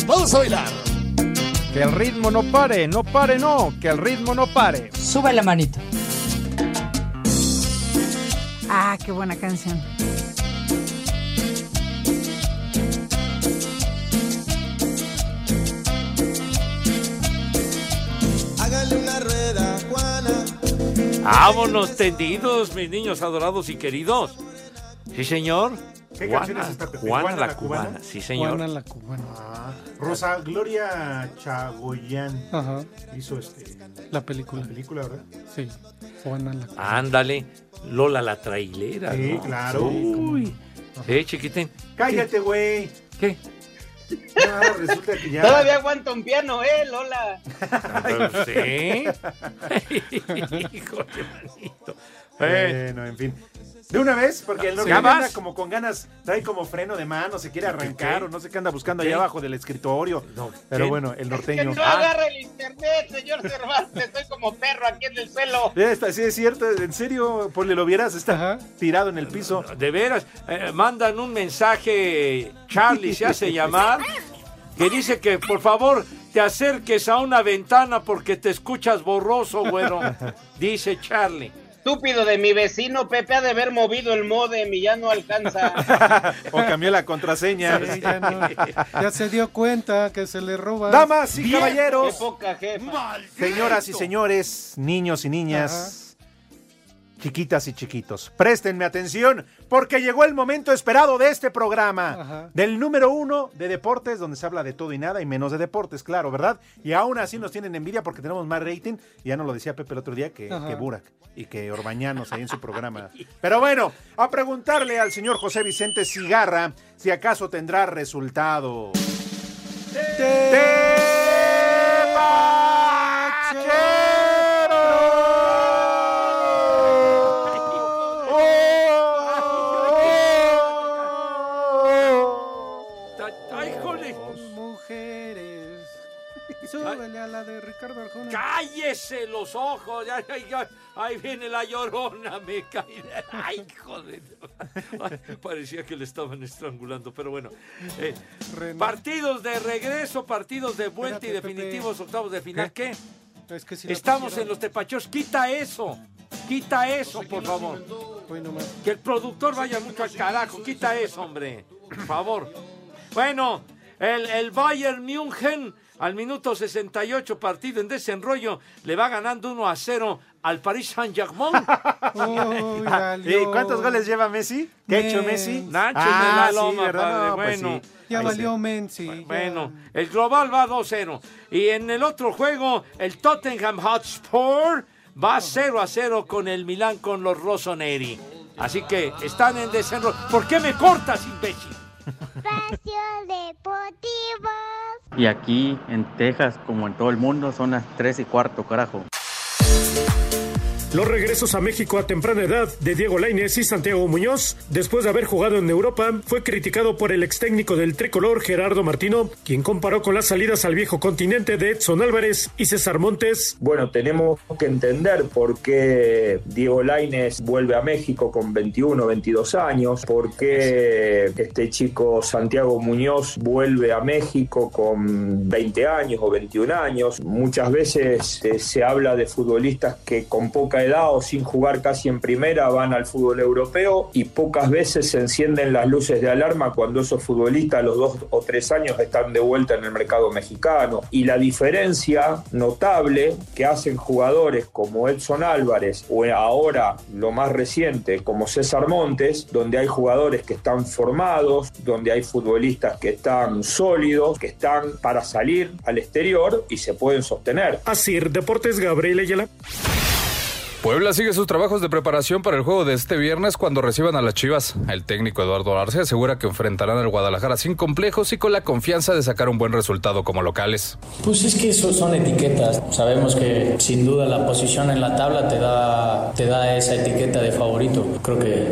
[SPEAKER 27] Vamos a bailar.
[SPEAKER 28] Que el ritmo no pare, no pare, no, que el ritmo no pare.
[SPEAKER 29] Sube la manito.
[SPEAKER 30] Ah, qué buena canción.
[SPEAKER 6] Hágale una rueda, Juana. Vámonos tendidos, mis niños adorados y queridos. Sí, señor.
[SPEAKER 31] ¿Qué canción es
[SPEAKER 6] Juana,
[SPEAKER 31] esta, Pepe?
[SPEAKER 6] Juana la cubana. Sí, señor.
[SPEAKER 8] Juana la cubana.
[SPEAKER 31] Rosa Gloria Chagoyán
[SPEAKER 8] Ajá.
[SPEAKER 31] hizo este,
[SPEAKER 8] La película.
[SPEAKER 31] la película, ¿verdad?
[SPEAKER 8] Sí. Juana la cubana.
[SPEAKER 6] Ándale, Lola la trailera.
[SPEAKER 31] Sí,
[SPEAKER 6] ¿no?
[SPEAKER 31] claro.
[SPEAKER 6] Uy. Sí, chiquitín.
[SPEAKER 31] Cállate, güey.
[SPEAKER 6] ¿Qué?
[SPEAKER 31] Ah, resulta que ya.
[SPEAKER 32] Todavía aguanta un piano, ¿eh, Lola?
[SPEAKER 6] Sí. Híjole, manito. Eh.
[SPEAKER 31] Bueno, en fin. De una vez, porque el
[SPEAKER 6] Sí.
[SPEAKER 31] norte
[SPEAKER 6] ¿Ya vas?
[SPEAKER 31] anda como con ganas, trae como freno de mano, se quiere arrancar
[SPEAKER 6] ¿Qué?
[SPEAKER 31] o no sé qué anda buscando
[SPEAKER 6] ¿Qué?
[SPEAKER 31] allá abajo del escritorio. Pero
[SPEAKER 6] ¿qué?
[SPEAKER 31] bueno, el
[SPEAKER 32] Que
[SPEAKER 31] norteño.
[SPEAKER 32] no agarra el internet, señor Cervantes. Estoy como perro aquí en el suelo.
[SPEAKER 31] Esta, sí es cierto, en serio, por lo vieras, está tirado en el piso.
[SPEAKER 6] De veras, eh, mandan un mensaje, Charlie se hace llamar, que dice que por favor te acerques a una ventana porque te escuchas borroso, güero. Dice Charlie.
[SPEAKER 32] Estúpido de mi vecino, Pepe ha de haber movido el modem y ya no alcanza.
[SPEAKER 31] O cambió la contraseña.
[SPEAKER 8] Sí, ya, no- ya se dio cuenta que se le roba.
[SPEAKER 31] Damas y
[SPEAKER 32] Qué
[SPEAKER 31] caballeros,
[SPEAKER 32] poca jefa.
[SPEAKER 31] señoras y señores, niños y niñas, chiquitas y chiquitos, préstenme atención porque llegó el momento esperado de este programa,
[SPEAKER 8] Ajá.
[SPEAKER 31] del número uno de deportes, donde se habla de todo y nada y menos de deportes, claro, ¿verdad? Y aún así nos tienen envidia porque tenemos más rating, y ya nos lo decía Pepe el otro día, que,
[SPEAKER 8] Ajá.
[SPEAKER 31] que Burak y que Orbañanos ahí en su programa. Pero bueno, a preguntarle al señor José Vicente Cigarra si acaso tendrá resultado.
[SPEAKER 8] Mujeres. Súbele a la de Ricardo Arjona.
[SPEAKER 6] ¡Cállese los ojos! Ya, ya, ya. Ahí viene la llorona, me caí. ¡Ay, joder! Ay, Parecía que le estaban estrangulando, pero bueno. Eh, partidos de regreso, partidos de vuelta y
[SPEAKER 8] Espérate,
[SPEAKER 6] definitivos,
[SPEAKER 8] Pepe.
[SPEAKER 6] octavos de final. ¿Qué?
[SPEAKER 8] Es que si la
[SPEAKER 6] Estamos en
[SPEAKER 8] pusieron-
[SPEAKER 6] los tepachos. Quita eso. Quita eso, por favor.
[SPEAKER 8] Hoy nomás.
[SPEAKER 6] Que el productor vaya mucho al carajo. Quita eso, hombre. Por favor. Bueno, el, el Bayern München al minuto 68, partido en desenrollo, le va ganando 1 a 0 al Paris Saint-Germain.
[SPEAKER 8] Uy,
[SPEAKER 6] Ah,
[SPEAKER 31] ¿Y
[SPEAKER 8] valió.
[SPEAKER 31] cuántos goles lleva Messi? ¿Qué ha hecho Messi?
[SPEAKER 6] Nacho
[SPEAKER 31] Ah,
[SPEAKER 6] en la loma,
[SPEAKER 31] sí, ¿verdad?
[SPEAKER 6] padre.
[SPEAKER 31] No, pues
[SPEAKER 6] bueno.
[SPEAKER 31] sí.
[SPEAKER 8] Ya
[SPEAKER 31] Ahí
[SPEAKER 8] valió Menzi. ya.
[SPEAKER 6] Bueno, el global va 2-0. Y en el otro juego, el Tottenham Hotspur va 0 0 con el Milán con los Rossoneri. Así que están en desenrollo. ¿Por qué me cortas, imbécil?
[SPEAKER 4] Y aquí en Texas, como en todo el mundo, son las 3 y cuarto, carajo.
[SPEAKER 33] Los regresos a México a temprana edad de Diego Lainez y Santiago Muñoz, después de haber jugado en Europa, fue criticado por el ex técnico del tricolor Gerardo Martino, quien comparó con las salidas al viejo continente de Edson Álvarez y César Montes.
[SPEAKER 10] Bueno, tenemos que entender por qué Diego Lainez vuelve a México con 21, 22 años, por qué este chico Santiago Muñoz vuelve a México con 20 años o 21 años. Muchas veces eh, se habla de futbolistas que con poca edad o sin jugar casi en primera van al fútbol europeo y pocas veces se encienden las luces de alarma cuando esos futbolistas a los dos o tres años están de vuelta en el mercado mexicano. Y la diferencia notable que hacen jugadores como Edson Álvarez o ahora lo más reciente como César Montes, donde hay jugadores que están formados, donde hay futbolistas que están sólidos, que están para salir al exterior y se pueden sostener.
[SPEAKER 33] Así, Deportes Gabriel Ayala.
[SPEAKER 1] Puebla sigue sus trabajos de preparación para el juego de este viernes cuando reciban a las Chivas. El técnico Eduardo Arce asegura que enfrentarán al Guadalajara sin complejos y con la confianza de sacar un buen resultado como locales.
[SPEAKER 5] Pues es que eso son etiquetas. Sabemos que sin duda la posición en la tabla te da, te da esa etiqueta de favorito. Creo que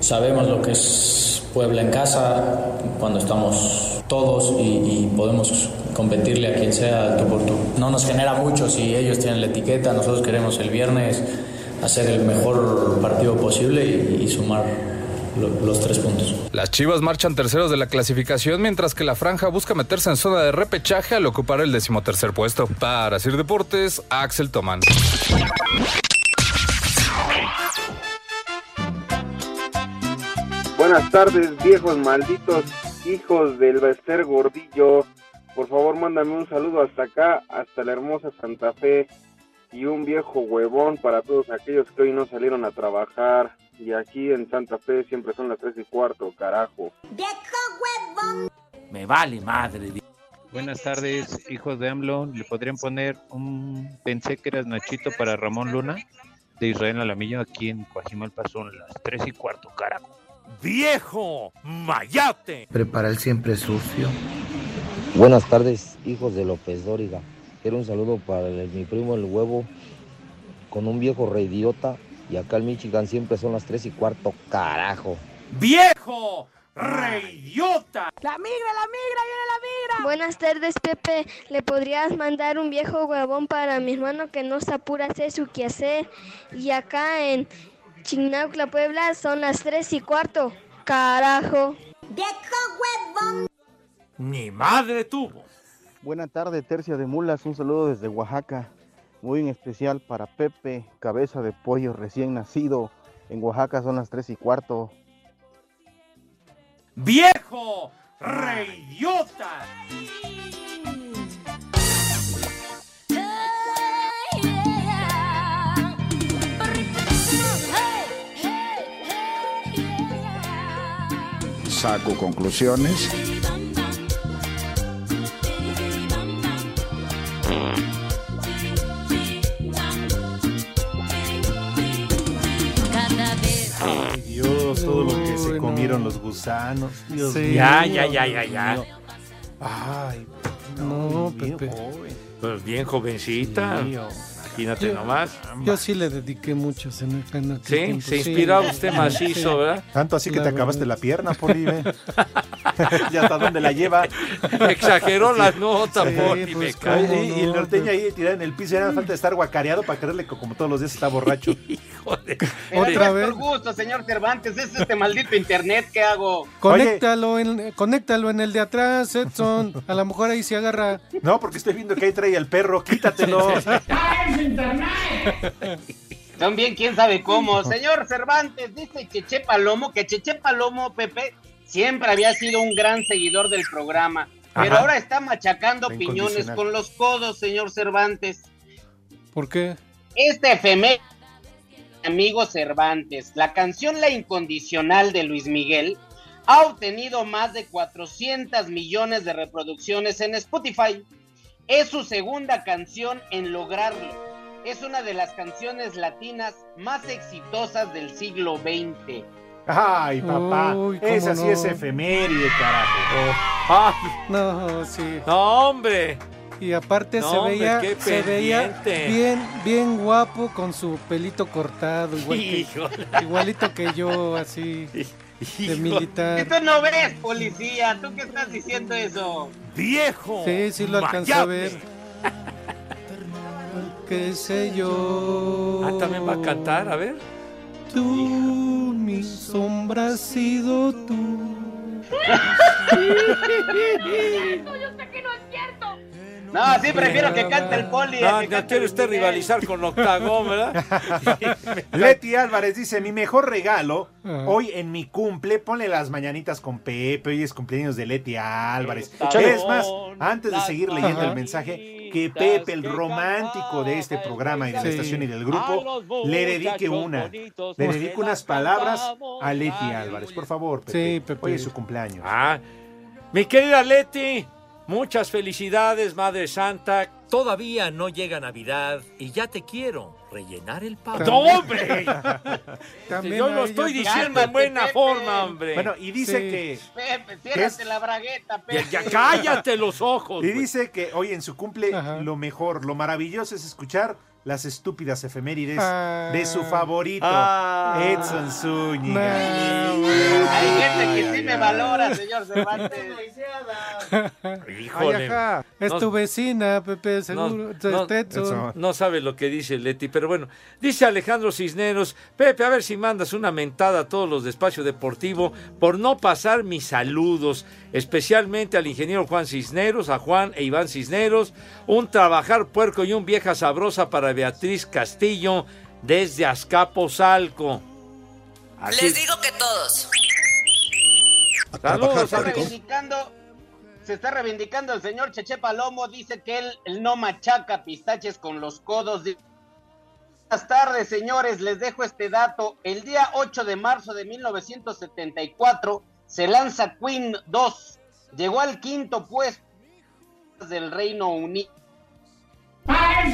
[SPEAKER 5] sabemos lo que es Puebla en casa cuando estamos todos y, y podemos competirle a quien sea tú por tú. No nos genera mucho si ellos tienen la etiqueta. Nosotros queremos el viernes hacer el mejor partido posible y, y sumar lo, los tres puntos.
[SPEAKER 1] Las Chivas marchan terceros de la clasificación, mientras que la franja busca meterse en zona de repechaje al ocupar el decimotercer puesto. Para Sir Deportes, Axel Tomán.
[SPEAKER 34] Buenas tardes, viejos malditos hijos del Bester Gordillo. Por favor, mándame un saludo hasta acá, hasta la hermosa Santa Fe y un viejo huevón para todos aquellos que hoy no salieron a trabajar. Y aquí en Santa Fe siempre son las 3 y cuarto, carajo. ¡Viejo
[SPEAKER 35] huevón! Me vale madre.
[SPEAKER 36] Buenas tardes, hijos de AMLO. ¿Le podrían poner un pensé que eras Nachito para Ramón Luna? De Israel Alamillo, aquí en Coajimalpa son las 3 y cuarto, carajo.
[SPEAKER 6] ¡Viejo Mayate!
[SPEAKER 37] Prepara el siempre sucio.
[SPEAKER 38] Buenas tardes, hijos de López Dóriga quiero un saludo para el, mi primo el huevo con un viejo reidiota. Y acá en Michigan siempre son las 3 y cuarto, carajo.
[SPEAKER 6] ¡Viejo! ¡Reidiota!
[SPEAKER 39] ¡La migra, la migra, viene la migra!
[SPEAKER 4] Buenas tardes, Pepe. ¿Le podrías mandar un viejo huevón para mi hermano que no se apura a hacer su quehacer? Y acá en Chignaucla, Puebla, son las 3 y cuarto, carajo.
[SPEAKER 39] ¡Viejo huevón!
[SPEAKER 6] ¡Ni madre tuvo!
[SPEAKER 40] Buenas tardes, Tercia de Mulas. Un saludo desde Oaxaca, muy en especial para Pepe, cabeza de pollo recién nacido. En Oaxaca son las 3 y cuarto.
[SPEAKER 6] ¡Viejo! ¡Reidiota!
[SPEAKER 41] Saco conclusiones.
[SPEAKER 42] Dios, todo lo que se comieron los gusanos. Dios
[SPEAKER 6] Sí. Ya, ya, ya, ya, ya.
[SPEAKER 42] mío. Ay,
[SPEAKER 8] No, Pepe.
[SPEAKER 6] Pues bien jovencita.
[SPEAKER 8] Sí, oh.
[SPEAKER 6] Imagínate
[SPEAKER 8] Yo-
[SPEAKER 6] nomás.
[SPEAKER 8] Yo sí le dediqué muchas en, el- en aquel
[SPEAKER 6] Sí,
[SPEAKER 8] tiempo.
[SPEAKER 6] se inspiraba usted macizo, ¿verdad?
[SPEAKER 42] Tanto así que te acabaste
[SPEAKER 8] verdad.
[SPEAKER 42] la pierna, Poli, ve. ya hasta dónde la lleva.
[SPEAKER 6] Exageró las notas, Poli, me
[SPEAKER 42] pues,
[SPEAKER 6] cago.
[SPEAKER 42] oye, y el norteño ahí tirado en el piso, era falta de estar guacareado para creerle que como todos los días está borracho.
[SPEAKER 2] Otra vez. Por gusto, señor Cervantes, es este maldito internet que hago.
[SPEAKER 8] Conéctalo en, conéctalo en el de atrás, Edson. A lo mejor ahí se agarra.
[SPEAKER 42] No, porque estoy viendo que ahí trae al perro, quítatelo.
[SPEAKER 2] Son bien quién sabe cómo. Señor Cervantes, dice Cheche Palomo que Cheche Palomo, Pepe, siempre había sido un gran seguidor del programa. Pero
[SPEAKER 8] Ajá.
[SPEAKER 2] ahora está machacando
[SPEAKER 8] Está
[SPEAKER 2] piñones
[SPEAKER 8] incondicional.
[SPEAKER 2] con los codos, señor Cervantes.
[SPEAKER 8] ¿Por qué?
[SPEAKER 2] Este FM, amigo Cervantes, la canción La Incondicional de Luis Miguel ha obtenido más de 400 millones de reproducciones en Spotify. Es su segunda canción en lograrlo. Es una de las canciones latinas más exitosas del siglo XX.
[SPEAKER 42] Ay, papá.
[SPEAKER 8] Uy, cómo
[SPEAKER 42] Esa sí
[SPEAKER 8] no.
[SPEAKER 42] es efeméride, carajo.
[SPEAKER 6] Oh. No, sí. No, hombre.
[SPEAKER 8] Y aparte
[SPEAKER 6] No,
[SPEAKER 8] se
[SPEAKER 6] hombre,
[SPEAKER 8] veía,
[SPEAKER 6] qué
[SPEAKER 8] se veía
[SPEAKER 6] pendiente.
[SPEAKER 8] bien, bien guapo con su pelito cortado, igual que, igualito que yo, así de militar.
[SPEAKER 2] Esto no ves, policía. ¿Tú qué estás diciendo eso?
[SPEAKER 6] ¡Viejo!
[SPEAKER 8] Sí, sí lo alcanzó a ver. ¿Qué sé yo?
[SPEAKER 6] Ah, también va a cantar, a ver.
[SPEAKER 8] Tú, mi sombra has sido tú.
[SPEAKER 2] No, sí, prefiero que cante
[SPEAKER 8] Ah.
[SPEAKER 2] el poli.
[SPEAKER 6] No, no quiere usted rivalizar con Octagón, ¿verdad?
[SPEAKER 10] Leti Álvarez dice, mi mejor regalo hoy en mi cumple, ponle las mañanitas con Pepe, hoy es cumpleaños de Leti Álvarez.
[SPEAKER 9] Échale.
[SPEAKER 10] Es más, antes de seguir leyendo
[SPEAKER 9] Ajá.
[SPEAKER 10] el mensaje, que Pepe, el romántico de este programa y de la
[SPEAKER 9] Sí.
[SPEAKER 10] estación y del
[SPEAKER 6] Ah,
[SPEAKER 9] A
[SPEAKER 10] grupo,
[SPEAKER 9] los
[SPEAKER 10] le dedique
[SPEAKER 9] muchachos
[SPEAKER 10] una,
[SPEAKER 9] bonitos,
[SPEAKER 10] le
[SPEAKER 9] porque
[SPEAKER 10] dedique unas palabras a Leti Álvarez. Por favor, Pepe, hoy es su cumpleaños.
[SPEAKER 6] Ah, mi querida Leti, muchas felicidades, Madre Santa.
[SPEAKER 43] Todavía no llega Navidad y ya te quiero rellenar el pavo.
[SPEAKER 6] ¡No, hombre!
[SPEAKER 43] También
[SPEAKER 6] Yo lo
[SPEAKER 43] ahí
[SPEAKER 6] estoy
[SPEAKER 43] yo-
[SPEAKER 6] diciendo en buena
[SPEAKER 43] Cálmate,
[SPEAKER 6] forma, hombre.
[SPEAKER 10] Bueno, y dice que
[SPEAKER 2] Pepe,
[SPEAKER 10] ¿Qué
[SPEAKER 2] ciérrate
[SPEAKER 10] es?
[SPEAKER 2] la bragueta,
[SPEAKER 6] Ya,
[SPEAKER 2] Pepe.
[SPEAKER 6] ya cállate los ojos.
[SPEAKER 10] Y
[SPEAKER 6] güey.
[SPEAKER 10] dice que hoy en su cumple lo mejor, lo maravilloso es escuchar las estúpidas efemérides
[SPEAKER 9] Ah.
[SPEAKER 10] de su favorito,
[SPEAKER 9] Ah.
[SPEAKER 10] Edson Zúñiga.
[SPEAKER 2] Hay gente que sí me valora, señor Cervantes.
[SPEAKER 6] Híjole.
[SPEAKER 8] Es
[SPEAKER 6] No-
[SPEAKER 8] tu vecina, Pepe,
[SPEAKER 6] No,
[SPEAKER 8] seguro.
[SPEAKER 6] no-
[SPEAKER 8] es Tetson.
[SPEAKER 6] no sabe lo que dice Leti, pero bueno, dice Alejandro Cisneros, Pepe, a ver si mandas una mentada a todos los de Espacio Deportivo por no pasar mis saludos, especialmente al ingeniero Juan Cisneros, a Juan e Iván Cisneros, un trabajar puerco y un vieja sabrosa para Beatriz Castillo desde Azcapotzalco. Así-
[SPEAKER 44] Les digo que todos.
[SPEAKER 2] Se
[SPEAKER 6] Saludos,
[SPEAKER 2] está
[SPEAKER 6] amigos.
[SPEAKER 2] reivindicando, se está reivindicando el señor Cheche Palomo, dice que él, él no machaca pistaches con los codos. Di- Buenas tardes, señores, les dejo este dato. El día 8 de marzo de 1974 se lanza Queen 2. Llegó al quinto puesto del Reino Unido.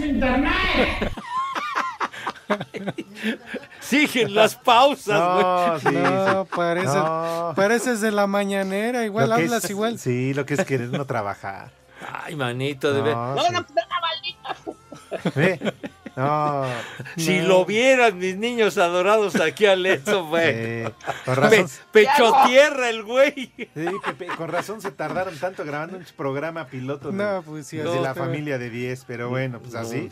[SPEAKER 2] internet!
[SPEAKER 6] Siguen las pausas,
[SPEAKER 10] No, sí,
[SPEAKER 6] güey.
[SPEAKER 10] sí.
[SPEAKER 8] No, pareces,
[SPEAKER 10] No.
[SPEAKER 8] pareces de la mañanera, igual
[SPEAKER 10] Lo que
[SPEAKER 8] hablas
[SPEAKER 10] es-
[SPEAKER 8] igual.
[SPEAKER 10] Sí, lo que es querer no trabajar.
[SPEAKER 6] Ay, manito, de
[SPEAKER 10] No,
[SPEAKER 6] ver.
[SPEAKER 10] Ah, sí.
[SPEAKER 2] pues,
[SPEAKER 10] ¿Ve? No.
[SPEAKER 6] Si
[SPEAKER 10] No.
[SPEAKER 6] lo vieran mis niños adorados aquí al Edson, güey.
[SPEAKER 10] Sí, con razón.
[SPEAKER 6] Pe- pecho tierra el güey.
[SPEAKER 10] Sí, Pepe, con razón se tardaron tanto grabando un programa piloto de,
[SPEAKER 8] No, pues sí,
[SPEAKER 10] de
[SPEAKER 8] así
[SPEAKER 10] la
[SPEAKER 8] está.
[SPEAKER 10] familia de 10, pero bueno, pues
[SPEAKER 8] No.
[SPEAKER 10] así.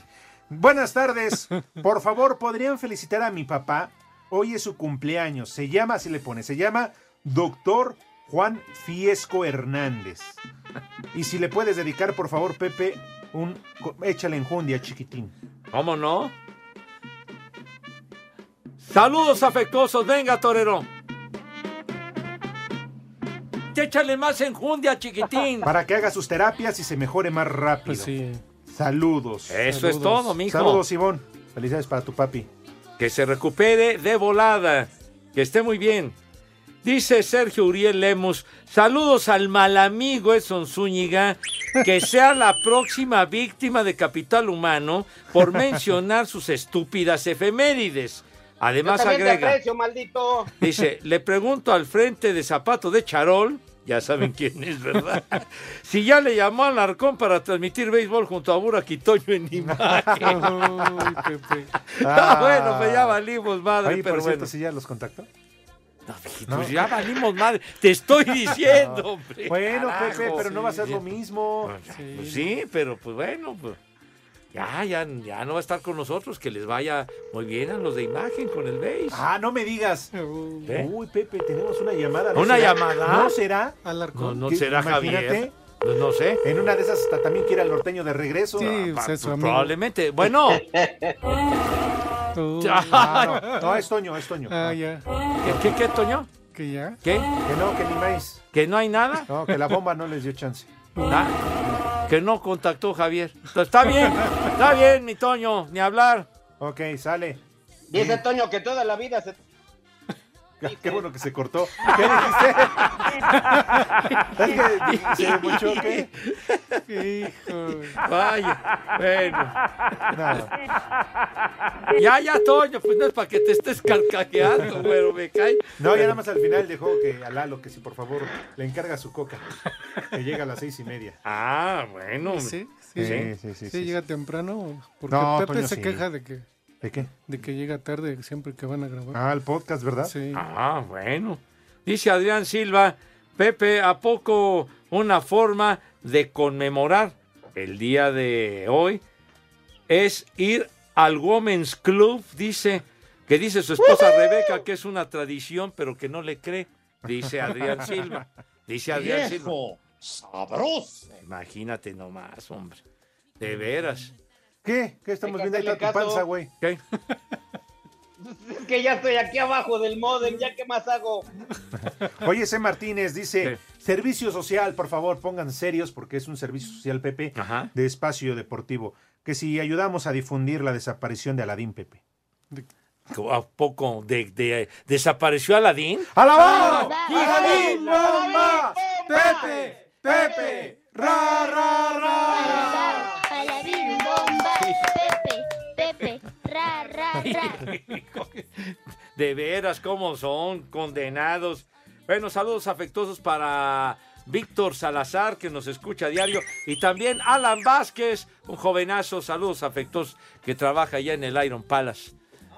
[SPEAKER 10] Buenas tardes. Por favor, ¿podrían felicitar a mi papá? Hoy es su cumpleaños. Se llama, así le pone, se llama Doctor Juan Fiesco Hernández. Y si le puedes dedicar, por favor, Pepe, un co- échale enjundia, chiquitín.
[SPEAKER 6] ¿Cómo no? Saludos afectuosos, venga, torero. Échale más enjundia, chiquitín.
[SPEAKER 10] Para que haga sus terapias y se mejore más rápido. Saludos.
[SPEAKER 6] Eso es todo, mijo.
[SPEAKER 10] Saludos, Ivón. Felicidades para tu papi.
[SPEAKER 6] Que se recupere de volada. Que esté muy bien. Dice Sergio Uriel Lemus, saludos al mal amigo Edson Zúñiga, que sea la próxima víctima de capital humano por mencionar sus estúpidas efemérides.
[SPEAKER 2] Yo
[SPEAKER 6] Además
[SPEAKER 2] también te
[SPEAKER 6] agrega...
[SPEAKER 2] aprecio, maldito.
[SPEAKER 6] Dice, le pregunto al frente de zapato de Charol, ya saben quién es, ¿verdad? Si ya le llamó al Arcón para transmitir béisbol junto a Burak y Toño en imagen. Ah, bueno, pues ya valimos madre,
[SPEAKER 10] Oye,
[SPEAKER 6] pero
[SPEAKER 10] por cierto,
[SPEAKER 6] bueno.
[SPEAKER 10] ¿sí ya los contactó?
[SPEAKER 6] Pues ya valimos madre. Te estoy diciendo,
[SPEAKER 10] No.
[SPEAKER 6] hombre.
[SPEAKER 10] Bueno,
[SPEAKER 6] Carajo.
[SPEAKER 10] Pepe, pero no va a ser lo mismo.
[SPEAKER 6] Pues sí, pero pues bueno, pues, ya, ya, ya no va a estar con nosotros. Que les vaya muy bien a los de imagen con el béis.
[SPEAKER 10] Ah, no me digas.
[SPEAKER 6] ¿Eh?
[SPEAKER 10] Uy, Pepe, tenemos una llamada. ¿no
[SPEAKER 6] ¿Una
[SPEAKER 10] será?
[SPEAKER 6] llamada?
[SPEAKER 10] ¿No será?
[SPEAKER 6] No, no
[SPEAKER 10] ¿Qué?
[SPEAKER 6] será
[SPEAKER 10] Imagínate,
[SPEAKER 6] Javier. Pues no sé.
[SPEAKER 10] En una de esas hasta también quiere al norteño de regreso.
[SPEAKER 6] Ah,
[SPEAKER 10] Ah,
[SPEAKER 6] pa-
[SPEAKER 10] pa-
[SPEAKER 6] pues, Probablemente. Bueno.
[SPEAKER 10] Ah, no, no, es Toño, es Toño.
[SPEAKER 6] Ah,
[SPEAKER 8] ya.
[SPEAKER 6] ¿Qué, qué, qué, Toño?
[SPEAKER 8] ¿Que ya?
[SPEAKER 6] ¿Qué?
[SPEAKER 10] Que no, que ni más.
[SPEAKER 6] ¿Que no hay nada?
[SPEAKER 10] No, que la bomba no les dio chance.
[SPEAKER 6] Ah, que no contactó Javier. Entonces, está bien, está bien, mi Toño, ni hablar.
[SPEAKER 10] Ok, sale.
[SPEAKER 2] Dice Toño que toda la vida se
[SPEAKER 10] Qué bueno que se cortó. ¿Qué dijiste? es que se mochó, ¿qué?
[SPEAKER 6] Hijo. Vaya. Bueno. Ya, ya, Toño, pues no es para que te estés carcajeando, pero me cae.
[SPEAKER 10] No, ya nada más al final dejó que a Lalo, que si por favor le encarga su coca, que llega a las seis y media.
[SPEAKER 6] Ah, bueno.
[SPEAKER 8] Sí,
[SPEAKER 10] Sí, sí,
[SPEAKER 8] sí, sí.
[SPEAKER 10] sí, sí,
[SPEAKER 8] Sí, llega temprano. Porque
[SPEAKER 10] No,
[SPEAKER 8] Pepe
[SPEAKER 10] Toño,
[SPEAKER 8] se
[SPEAKER 10] sí.
[SPEAKER 8] queja de que,
[SPEAKER 10] ¿De qué?
[SPEAKER 8] de que llega tarde siempre que van a grabar.
[SPEAKER 10] Ah, el podcast, ¿verdad?
[SPEAKER 8] Sí.
[SPEAKER 6] Ah, bueno. Dice Adrián Silva, Pepe, ¿a poco una forma de conmemorar el día de hoy es ir al Women's Club? Dice, que dice su esposa Rebeca que es una tradición, pero que no le cree. Dice Adrián Silva. Dice Adrián
[SPEAKER 9] Viejo,
[SPEAKER 6] Silva. ¡Sabroso! Imagínate nomás, hombre. De veras.
[SPEAKER 10] ¿Qué? ¿Qué estamos viendo ahí toda tu
[SPEAKER 2] Caso.
[SPEAKER 10] panza, güey?
[SPEAKER 6] ¿Qué?
[SPEAKER 2] Es que ya estoy aquí abajo del modem, ¿ya qué más hago?
[SPEAKER 10] Oye, C. E. Martínez dice, servicio social, por favor, pongan serios, porque es un servicio social, Pepe, de espacio deportivo. Que si ayudamos a difundir la desaparición de Aladín, Pepe.
[SPEAKER 6] ¿A poco de, de- desapareció Aladín?
[SPEAKER 10] ¡Alabado!
[SPEAKER 6] ¡Aladín!
[SPEAKER 10] ¡Bomba!
[SPEAKER 6] ¡Pepe! ¡Pepe!
[SPEAKER 10] ¡Ra, ra,
[SPEAKER 44] Paladín, bomba, Pepe, Pepe, ra, ra, ra.
[SPEAKER 6] De veras, cómo son condenados. Bueno, saludos afectuosos para Víctor Salazar, que nos escucha a diario, y también Alan Vázquez, un jovenazo, saludos afectuosos, que trabaja allá en el Iron Palace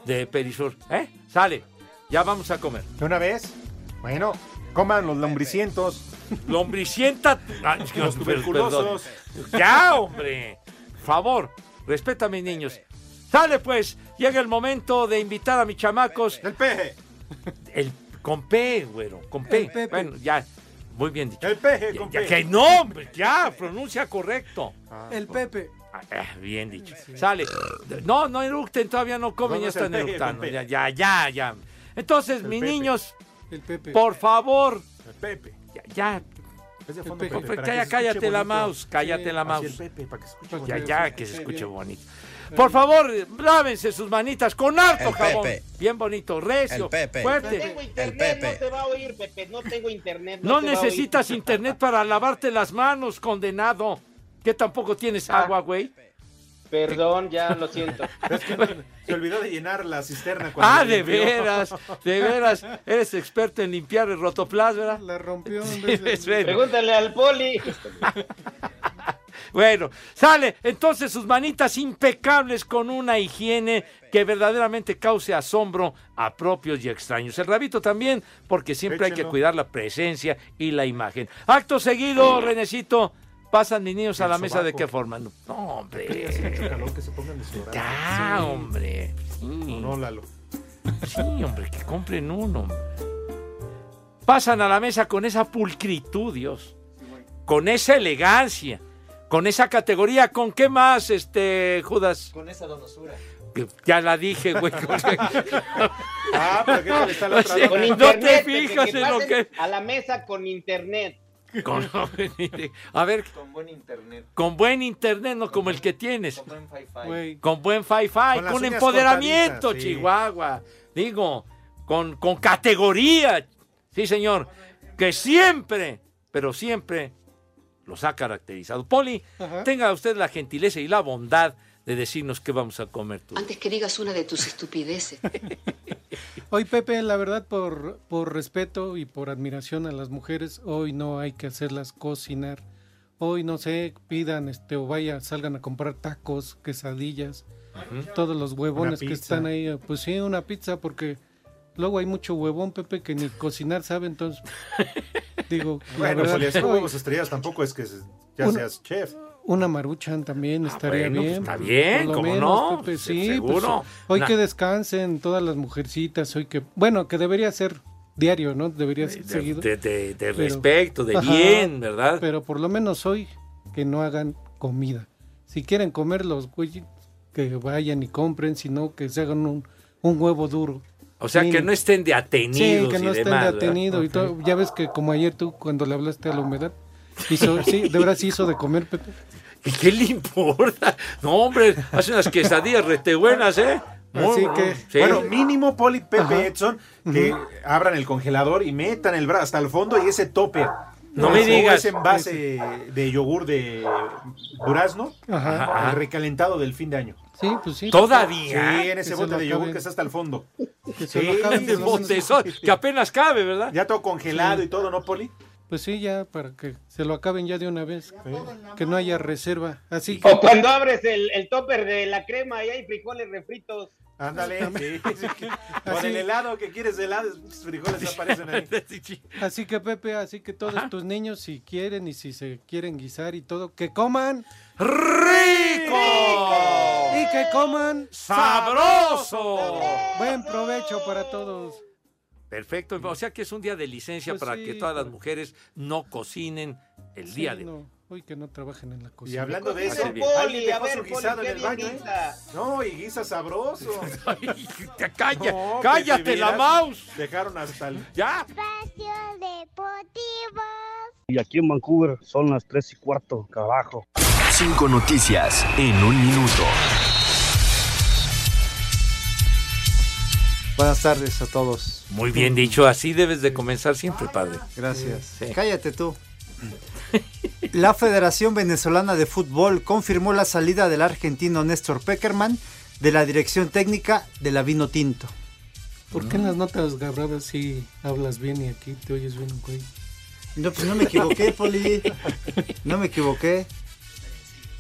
[SPEAKER 6] de Perisur. ¿Eh? Sale, ya vamos a comer.
[SPEAKER 10] ¿De una vez? Bueno, coman los lombricientos.
[SPEAKER 6] Lombricienta. Ah,
[SPEAKER 10] Los
[SPEAKER 6] perdón.
[SPEAKER 10] tuberculosos.
[SPEAKER 6] Ya, hombre. Favor, respeta a mis niños. Sale pues, llega el momento de invitar a mis chamacos.
[SPEAKER 10] El peje.
[SPEAKER 6] El con P, güero, con P. Bueno, ya. Muy bien dicho.
[SPEAKER 10] El peje
[SPEAKER 6] Ya,
[SPEAKER 10] con
[SPEAKER 6] ya
[SPEAKER 10] P.
[SPEAKER 6] que no, hombre, ya, pronuncia correcto.
[SPEAKER 8] El Pepe.
[SPEAKER 6] Ah, ah, bien dicho. Sale. No, no eructen, todavía no comen,
[SPEAKER 8] No, no
[SPEAKER 6] ya
[SPEAKER 8] es el
[SPEAKER 6] están
[SPEAKER 8] peje,
[SPEAKER 6] eructando.
[SPEAKER 8] con P.
[SPEAKER 6] Ya, ya, ya, ya. Entonces,
[SPEAKER 8] El
[SPEAKER 6] mis
[SPEAKER 8] Pepe.
[SPEAKER 6] niños,
[SPEAKER 8] El Pepe.
[SPEAKER 6] por favor,
[SPEAKER 10] El Pepe.
[SPEAKER 6] ya, ya,
[SPEAKER 10] Es de
[SPEAKER 6] El
[SPEAKER 10] fondo,
[SPEAKER 6] peje.
[SPEAKER 10] Pepe, para que se
[SPEAKER 6] Cállate,
[SPEAKER 10] escuche
[SPEAKER 6] cállate la
[SPEAKER 10] bonito.
[SPEAKER 6] mouse, cállate la
[SPEAKER 10] Así
[SPEAKER 6] mouse. Pues
[SPEAKER 10] el Pepe, para que se escuche
[SPEAKER 6] ya,
[SPEAKER 10] bonito.
[SPEAKER 6] ya, que se escuche bonito. Por favor, lávense sus manitas con harto
[SPEAKER 45] El
[SPEAKER 6] jabón.
[SPEAKER 45] Pepe.
[SPEAKER 6] Bien bonito, recio,
[SPEAKER 45] El Pepe.
[SPEAKER 6] fuerte.
[SPEAKER 45] El
[SPEAKER 2] No tengo internet, no te va a oír, Pepe, no tengo internet.
[SPEAKER 6] No
[SPEAKER 2] te va a oír.
[SPEAKER 6] necesitas internet para lavarte las manos, condenado. Que tampoco tienes
[SPEAKER 2] Ah.
[SPEAKER 6] agua, güey.
[SPEAKER 2] Perdón, ya lo siento.
[SPEAKER 10] Se olvidó de llenar la cisterna. cuando
[SPEAKER 6] Ah,
[SPEAKER 10] la
[SPEAKER 6] de
[SPEAKER 10] limpió.
[SPEAKER 6] veras, de veras. Eres experto en limpiar el rotoplas, ¿verdad?
[SPEAKER 8] La rompió.
[SPEAKER 6] Sí,
[SPEAKER 8] en vez
[SPEAKER 6] es
[SPEAKER 8] de-
[SPEAKER 6] bueno.
[SPEAKER 2] Pregúntale al poli.
[SPEAKER 6] Bueno, sale entonces sus manitas impecables con una higiene que verdaderamente cause asombro a propios y extraños. El rabito también, porque siempre hay que
[SPEAKER 45] Échenlo.
[SPEAKER 6] cuidar la presencia y la imagen. Acto seguido, Renecito, pasan mis niños a
[SPEAKER 45] El
[SPEAKER 6] la mesa de
[SPEAKER 45] sobaco.
[SPEAKER 6] qué forma. No, hombre.
[SPEAKER 45] Que hace mucho
[SPEAKER 10] calor, que se pongan desodorantes.
[SPEAKER 6] Ya,
[SPEAKER 10] Sí.
[SPEAKER 6] hombre. Sí.
[SPEAKER 10] No, Lalo.
[SPEAKER 6] Sí, hombre, que compren uno. Pasan a la mesa con esa pulcritud, Dios. Con esa elegancia. Con esa categoría. ¿Con qué más, este, Judas?
[SPEAKER 46] Con esa donosura.
[SPEAKER 6] Que Ya la dije, güey. con-
[SPEAKER 10] Ah, pero ¿qué tal está la
[SPEAKER 6] No
[SPEAKER 10] otra
[SPEAKER 6] sé,
[SPEAKER 10] dona?
[SPEAKER 6] no te
[SPEAKER 2] Internet, Pepe,
[SPEAKER 6] fijas
[SPEAKER 2] que
[SPEAKER 6] en lo
[SPEAKER 2] pasen
[SPEAKER 6] que...
[SPEAKER 2] A la mesa con internet.
[SPEAKER 6] con- a ver,
[SPEAKER 46] Con buen internet.
[SPEAKER 6] con buen internet, no como el que tienes.
[SPEAKER 46] Con Wi-Fi.
[SPEAKER 6] Con buen fi-fi,
[SPEAKER 46] Con
[SPEAKER 6] con,
[SPEAKER 46] las uñas
[SPEAKER 6] empoderamiento,
[SPEAKER 46] cortaditas, sí.
[SPEAKER 6] Chihuahua. Digo, con, con categoría. Sí, señor. Que siempre, pero siempre los ha caracterizado. Poli,
[SPEAKER 47] Ajá.
[SPEAKER 6] tenga usted la gentileza y la bondad de decirnos qué vamos a comer tú.
[SPEAKER 47] Antes que digas una de tus estupideces.
[SPEAKER 8] Hoy, Pepe, la verdad, por, por respeto y por admiración a las mujeres, hoy no hay que hacerlas cocinar. Hoy, no sé, pidan este, o vaya, salgan a comprar tacos, quesadillas, todos los huevones
[SPEAKER 46] Una
[SPEAKER 8] que
[SPEAKER 46] pizza.
[SPEAKER 8] están ahí. eh, Pues sí, una pizza, porque luego hay mucho huevón, Pepe, que ni cocinar sabe, entonces. digo, la
[SPEAKER 10] Bueno,
[SPEAKER 46] pues
[SPEAKER 8] verdad,
[SPEAKER 10] si le hacen
[SPEAKER 8] hoy
[SPEAKER 10] huevos estrellados tampoco es que se- ya
[SPEAKER 8] Una-
[SPEAKER 10] seas chef.
[SPEAKER 8] Una maruchan también estaría
[SPEAKER 6] bueno, pues,
[SPEAKER 8] bien.
[SPEAKER 6] está bien,
[SPEAKER 8] Por lo
[SPEAKER 6] ¿cómo no?
[SPEAKER 8] Pepe,
[SPEAKER 6] Se-
[SPEAKER 8] sí,
[SPEAKER 6] seguro.
[SPEAKER 8] pues, hoy
[SPEAKER 6] Na-
[SPEAKER 8] que descansen todas las mujercitas, hoy que, bueno, que debería ser diario, ¿no? Debería ser
[SPEAKER 6] De,
[SPEAKER 8] seguido.
[SPEAKER 6] de- de- de
[SPEAKER 8] Pero-
[SPEAKER 6] respecto, de
[SPEAKER 8] Ajá.
[SPEAKER 6] bien, ¿verdad?
[SPEAKER 8] Pero por lo menos hoy que no hagan comida. Si quieren comer los güeyes, que vayan y compren, sino que se hagan un, un huevo duro.
[SPEAKER 6] O sea, que
[SPEAKER 8] Mínimo.
[SPEAKER 6] no estén de atenidos.
[SPEAKER 8] Sí, que
[SPEAKER 6] y
[SPEAKER 8] no estén
[SPEAKER 6] demás, ¿verdad?
[SPEAKER 8] detenidos. Y todo. Ya ves que como ayer tú, cuando le hablaste a la humedad, hizo, sí, de verdad sí hizo de comer, Pepe.
[SPEAKER 6] ¿Y qué le importa? No, hombre, hace unas quesadillas rete buenas, ¿eh?
[SPEAKER 8] Así que-
[SPEAKER 10] Bueno,
[SPEAKER 8] Sí.
[SPEAKER 10] mínimo Poli, Pepe
[SPEAKER 8] Ajá.
[SPEAKER 10] Edson, que
[SPEAKER 8] Ujú.
[SPEAKER 10] abran el congelador y metan el brazo hasta el fondo y ese tope.
[SPEAKER 8] Ah,
[SPEAKER 6] No me digas.
[SPEAKER 10] Ese envase de yogur de durazno,
[SPEAKER 6] Ajá.
[SPEAKER 8] Ah.
[SPEAKER 10] el recalentado del fin de año.
[SPEAKER 8] Sí, pues sí. Ah.
[SPEAKER 10] Sí, en ese bote de yogur que está hasta el fondo.
[SPEAKER 8] Que se lo acaben,
[SPEAKER 10] ese
[SPEAKER 8] por lo menos.
[SPEAKER 10] botezón,
[SPEAKER 6] que apenas cabe, ¿verdad?
[SPEAKER 10] Ya todo congelado
[SPEAKER 8] Sí.
[SPEAKER 10] y todo, ¿no, Poli?
[SPEAKER 8] Pues sí, ya para que se lo acaben ya de una vez. Que no haya reserva. Así que.
[SPEAKER 48] O cuando abres el, el topper de la crema y hay frijoles refritos.
[SPEAKER 10] Ándale, sí, sí, que- con
[SPEAKER 8] Así.
[SPEAKER 10] el helado que quieres de helado, esos frijoles aparecen ahí.
[SPEAKER 8] Así que Pepe, así que todos tus niños si quieren y si se quieren guisar y todo, que coman rico y que coman
[SPEAKER 6] ¡Sabroso!
[SPEAKER 8] Buen provecho para todos.
[SPEAKER 6] Perfecto. O sea que es un día de licencia
[SPEAKER 8] Pues
[SPEAKER 6] para
[SPEAKER 8] sí,
[SPEAKER 6] que todas las
[SPEAKER 8] pero-
[SPEAKER 6] mujeres no cocinen el día
[SPEAKER 8] Sí,
[SPEAKER 6] de hoy.
[SPEAKER 8] no. Uy, que no trabajen en la cocina.
[SPEAKER 10] hablando de
[SPEAKER 6] eso,
[SPEAKER 10] Alguien dejó su guisado en el baño, ¿eh?
[SPEAKER 48] guisa?
[SPEAKER 10] No, y guisa sabroso.
[SPEAKER 6] Calla,
[SPEAKER 10] No, que
[SPEAKER 6] cállate
[SPEAKER 10] si
[SPEAKER 6] la
[SPEAKER 10] vieras,
[SPEAKER 6] mouse.
[SPEAKER 10] Dejaron hasta el...
[SPEAKER 6] Ya.
[SPEAKER 4] Y aquí en Vancouver son las tres y cuarto, carajo.
[SPEAKER 49] Cinco noticias en un minuto.
[SPEAKER 2] Buenas tardes a todos.
[SPEAKER 6] Muy bien dicho, así debes de comenzar siempre, padre.
[SPEAKER 2] Gracias.
[SPEAKER 6] Sí.
[SPEAKER 2] Cállate tú. La Federación Venezolana de Fútbol confirmó la salida del argentino Néstor Peckerman de la dirección técnica de la Vino Tinto.
[SPEAKER 8] ¿Por qué en las notas grabadas sí hablas bien y aquí te oyes bien, güey?
[SPEAKER 2] No, pues no me equivoqué, Poli. No me equivoqué.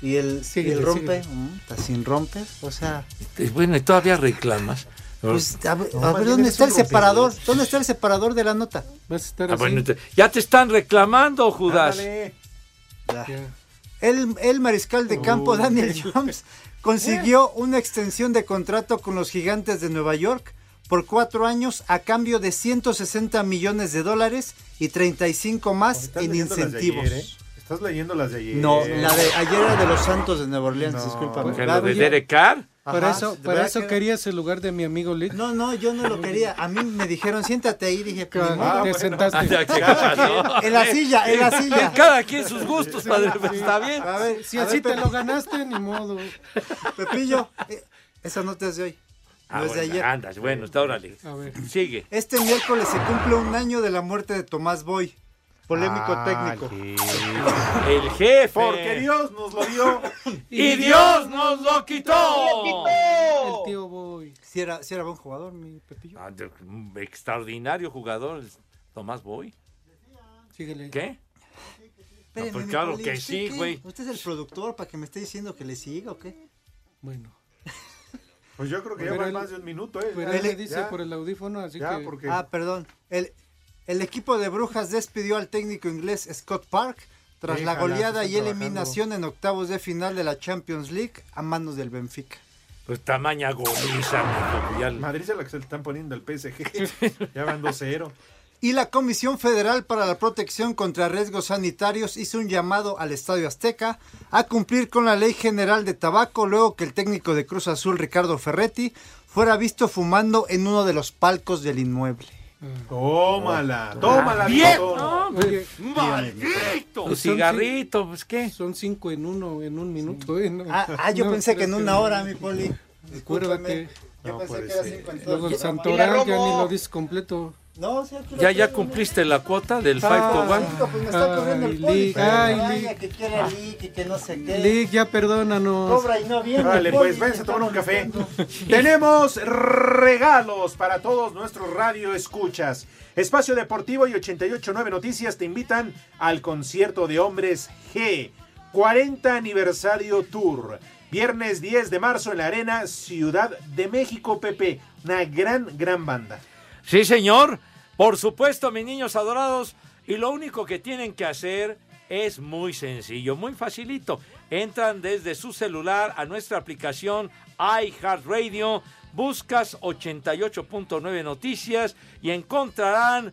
[SPEAKER 2] Y el, y
[SPEAKER 8] Síguele,
[SPEAKER 2] el rompe,
[SPEAKER 8] síguele.
[SPEAKER 2] mm, está sin rompe, o sea,
[SPEAKER 6] Eh, Bueno, y todavía reclamas.
[SPEAKER 2] pues, a ver,
[SPEAKER 6] No,
[SPEAKER 2] a
[SPEAKER 6] más
[SPEAKER 2] ver,
[SPEAKER 6] bien
[SPEAKER 2] ¿dónde
[SPEAKER 6] es
[SPEAKER 2] está
[SPEAKER 6] un
[SPEAKER 2] el separador? ¿Dónde está el separador de la nota?
[SPEAKER 8] Vas a estar
[SPEAKER 6] Ah, bueno, te- ya te están reclamando, Judas.
[SPEAKER 2] El, el mariscal de campo Daniel Jones consiguió una extensión de contrato con los gigantes de Nueva York por cuatro años a cambio de 160 millones de dólares y 35 más
[SPEAKER 10] Estás
[SPEAKER 2] en
[SPEAKER 10] leyendo las de ayer,
[SPEAKER 2] incentivos.
[SPEAKER 10] ¿eh? Estás leyendo las de ayer.
[SPEAKER 2] No, la de ayer era de los Santos de Nueva Orleans, discúlpame.
[SPEAKER 6] ¿Que lo de Derek Carr?
[SPEAKER 8] Para
[SPEAKER 2] Ajá,
[SPEAKER 8] eso,
[SPEAKER 2] ¿de
[SPEAKER 8] para
[SPEAKER 2] verdad
[SPEAKER 8] eso
[SPEAKER 2] que-
[SPEAKER 8] querías el lugar de mi amigo Lid.
[SPEAKER 2] No, no, yo no lo quería. A mí me dijeron, siéntate ahí. Dije, pues,
[SPEAKER 8] Ah,
[SPEAKER 2] ni modo.
[SPEAKER 8] te sentaste.
[SPEAKER 2] Cada quien. En la silla, en la silla.
[SPEAKER 6] Cada quien sus gustos, padre. pues, Está bien.
[SPEAKER 2] A ver,
[SPEAKER 8] Si
[SPEAKER 2] a
[SPEAKER 8] así
[SPEAKER 2] ver,
[SPEAKER 8] te
[SPEAKER 2] Pepe.
[SPEAKER 8] lo ganaste, ni modo.
[SPEAKER 2] Pepillo, eh, esa nota es de hoy.
[SPEAKER 6] Ah,
[SPEAKER 2] no es de
[SPEAKER 6] bueno,
[SPEAKER 2] ayer.
[SPEAKER 6] Andas, bueno, está órale.
[SPEAKER 2] A ver.
[SPEAKER 6] Sigue.
[SPEAKER 2] Este miércoles se cumple un año de la muerte de Tomás Boy, polémico técnico.
[SPEAKER 6] Ah, El jefe.
[SPEAKER 2] Porque
[SPEAKER 10] Dios nos lo dio.
[SPEAKER 6] Y Dios nos lo quitó.
[SPEAKER 8] El tío Boy.
[SPEAKER 2] Si era, si era buen jugador, mi Pepillo.
[SPEAKER 6] Ah, de- un extraordinario jugador, el Tomás Boy.
[SPEAKER 8] Síguele.
[SPEAKER 6] ¿Qué?
[SPEAKER 2] Espéreme,
[SPEAKER 6] pues
[SPEAKER 2] mi
[SPEAKER 6] claro
[SPEAKER 2] Poli,
[SPEAKER 6] que
[SPEAKER 2] ¿usted
[SPEAKER 6] sí,
[SPEAKER 2] qué?
[SPEAKER 6] güey.
[SPEAKER 2] ¿Usted es el productor para que me esté diciendo que le siga o qué?
[SPEAKER 8] Bueno.
[SPEAKER 10] Pues yo creo que ya
[SPEAKER 2] Pero
[SPEAKER 10] van
[SPEAKER 2] él-
[SPEAKER 10] más de un minuto, ¿eh?
[SPEAKER 2] pero
[SPEAKER 10] Ya,
[SPEAKER 2] él le dice
[SPEAKER 10] ya.
[SPEAKER 2] por
[SPEAKER 8] el audífono, así
[SPEAKER 10] Ya, que- porque-
[SPEAKER 2] Ah, perdón. El, el equipo de Brujas despidió al técnico inglés Scott Park tras la
[SPEAKER 8] Déjala,
[SPEAKER 2] goleada
[SPEAKER 8] está
[SPEAKER 2] y
[SPEAKER 8] trabajando.
[SPEAKER 2] eliminación en octavos de final de la Champions League a manos del Benfica.
[SPEAKER 6] Pues tamaña goliza, mijo, pues ya-
[SPEAKER 10] Madrid es la que se le están poniendo al PSG. ya van 2-0.
[SPEAKER 2] Y la Comisión Federal para la Protección contra Riesgos Sanitarios hizo un llamado al Estadio Azteca a cumplir con la Ley General de Tabaco luego que el técnico de Cruz Azul Ricardo Ferretti fuera visto fumando en uno de los palcos del inmueble.
[SPEAKER 10] Tómala, tómala,
[SPEAKER 2] Ah, Bien,
[SPEAKER 10] Diego.
[SPEAKER 2] ¿no?
[SPEAKER 8] Oye,
[SPEAKER 6] ¡Maldito!
[SPEAKER 8] Pues son
[SPEAKER 6] cigarrito, pues qué.
[SPEAKER 8] Son cinco en uno, en un minuto. ¿eh? No.
[SPEAKER 2] Ah, ah, yo
[SPEAKER 8] No,
[SPEAKER 2] pensé que en
[SPEAKER 8] creo
[SPEAKER 2] una hora, mi poli. Discúlpame.
[SPEAKER 8] Acuérdate.
[SPEAKER 2] Yo pensé que era cinco en todo
[SPEAKER 8] Luego el
[SPEAKER 2] el programa.
[SPEAKER 8] Santoral ya ni lo dices completo.
[SPEAKER 2] No, sí, aquí lo
[SPEAKER 6] Ya, ya
[SPEAKER 2] tengo.
[SPEAKER 6] cumpliste la cuota del Five to
[SPEAKER 2] Ah,
[SPEAKER 6] One.
[SPEAKER 2] chico, pues me está corriendo
[SPEAKER 8] Ay,
[SPEAKER 2] el poli.
[SPEAKER 8] Lick,
[SPEAKER 2] pero
[SPEAKER 8] ay,
[SPEAKER 2] vaya,
[SPEAKER 8] Lick.
[SPEAKER 2] que quiere Lick y que no sé qué.
[SPEAKER 8] Lick, ya perdónanos.
[SPEAKER 2] Cobra y no viene.
[SPEAKER 10] Vale,
[SPEAKER 2] el
[SPEAKER 10] pues
[SPEAKER 2] poli.
[SPEAKER 10] váyanse a tomar un café. Tenemos regalos para todos nuestros radio escuchas. Espacio Deportivo y 889 Noticias te invitan al concierto de hombres G. 40 aniversario tour. Viernes 10 de marzo en la Arena Ciudad de México, Pepe. Una gran, gran banda.
[SPEAKER 6] Sí, señor. Por supuesto, mis niños adorados. Y lo único que tienen que hacer es muy sencillo, muy facilito. Entran desde su celular a nuestra aplicación iHeartRadio, buscas 88.9 Noticias y encontrarán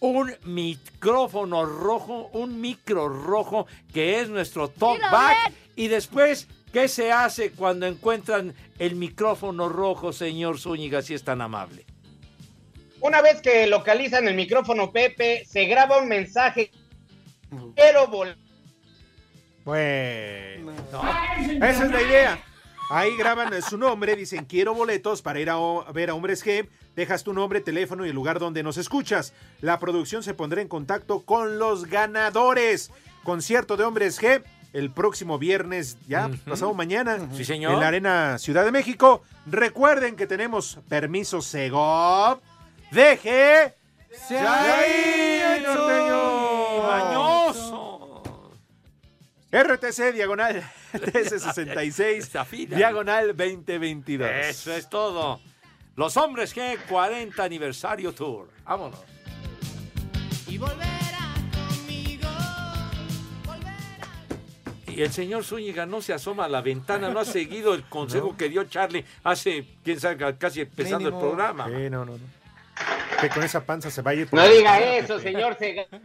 [SPEAKER 6] un micrófono rojo, un micro rojo que es nuestro top back. Y después, ¿qué se hace cuando encuentran el micrófono rojo, señor Zúñiga, si es tan amable?
[SPEAKER 48] Una vez que localizan el micrófono Pepe, se graba un mensaje. Quiero volar.
[SPEAKER 10] Bueno. Esa es la idea. Ahí graban eh, su nombre, dicen quiero boletos para ir a, o- a ver a Hombres G. Dejas tu nombre, teléfono y el lugar donde nos escuchas. La producción se pondrá en contacto con los ganadores. Concierto de Hombres G el próximo viernes, ya pasado mañana,
[SPEAKER 6] Sí, señor.
[SPEAKER 10] en la Arena Ciudad de México. Recuerden que tenemos permiso Segov. Deje.
[SPEAKER 6] ¡Se
[SPEAKER 10] ahí,
[SPEAKER 6] ha ido!
[SPEAKER 10] norteño!
[SPEAKER 6] ¡Mañoso!
[SPEAKER 10] RTC diagonal 1366 diagonal 2022.
[SPEAKER 6] Eso es todo. Los hombres G 40 aniversario tour. Vámonos.
[SPEAKER 3] Y volverá conmigo.
[SPEAKER 6] Y el señor Zúñiga no se asoma a la ventana, no ha seguido el consejo que dio Charlie hace, quién sabe, casi empezando el programa.
[SPEAKER 10] Sí, no, no, no. Que con esa panza se vaya.
[SPEAKER 2] No diga eso, señor Segarra.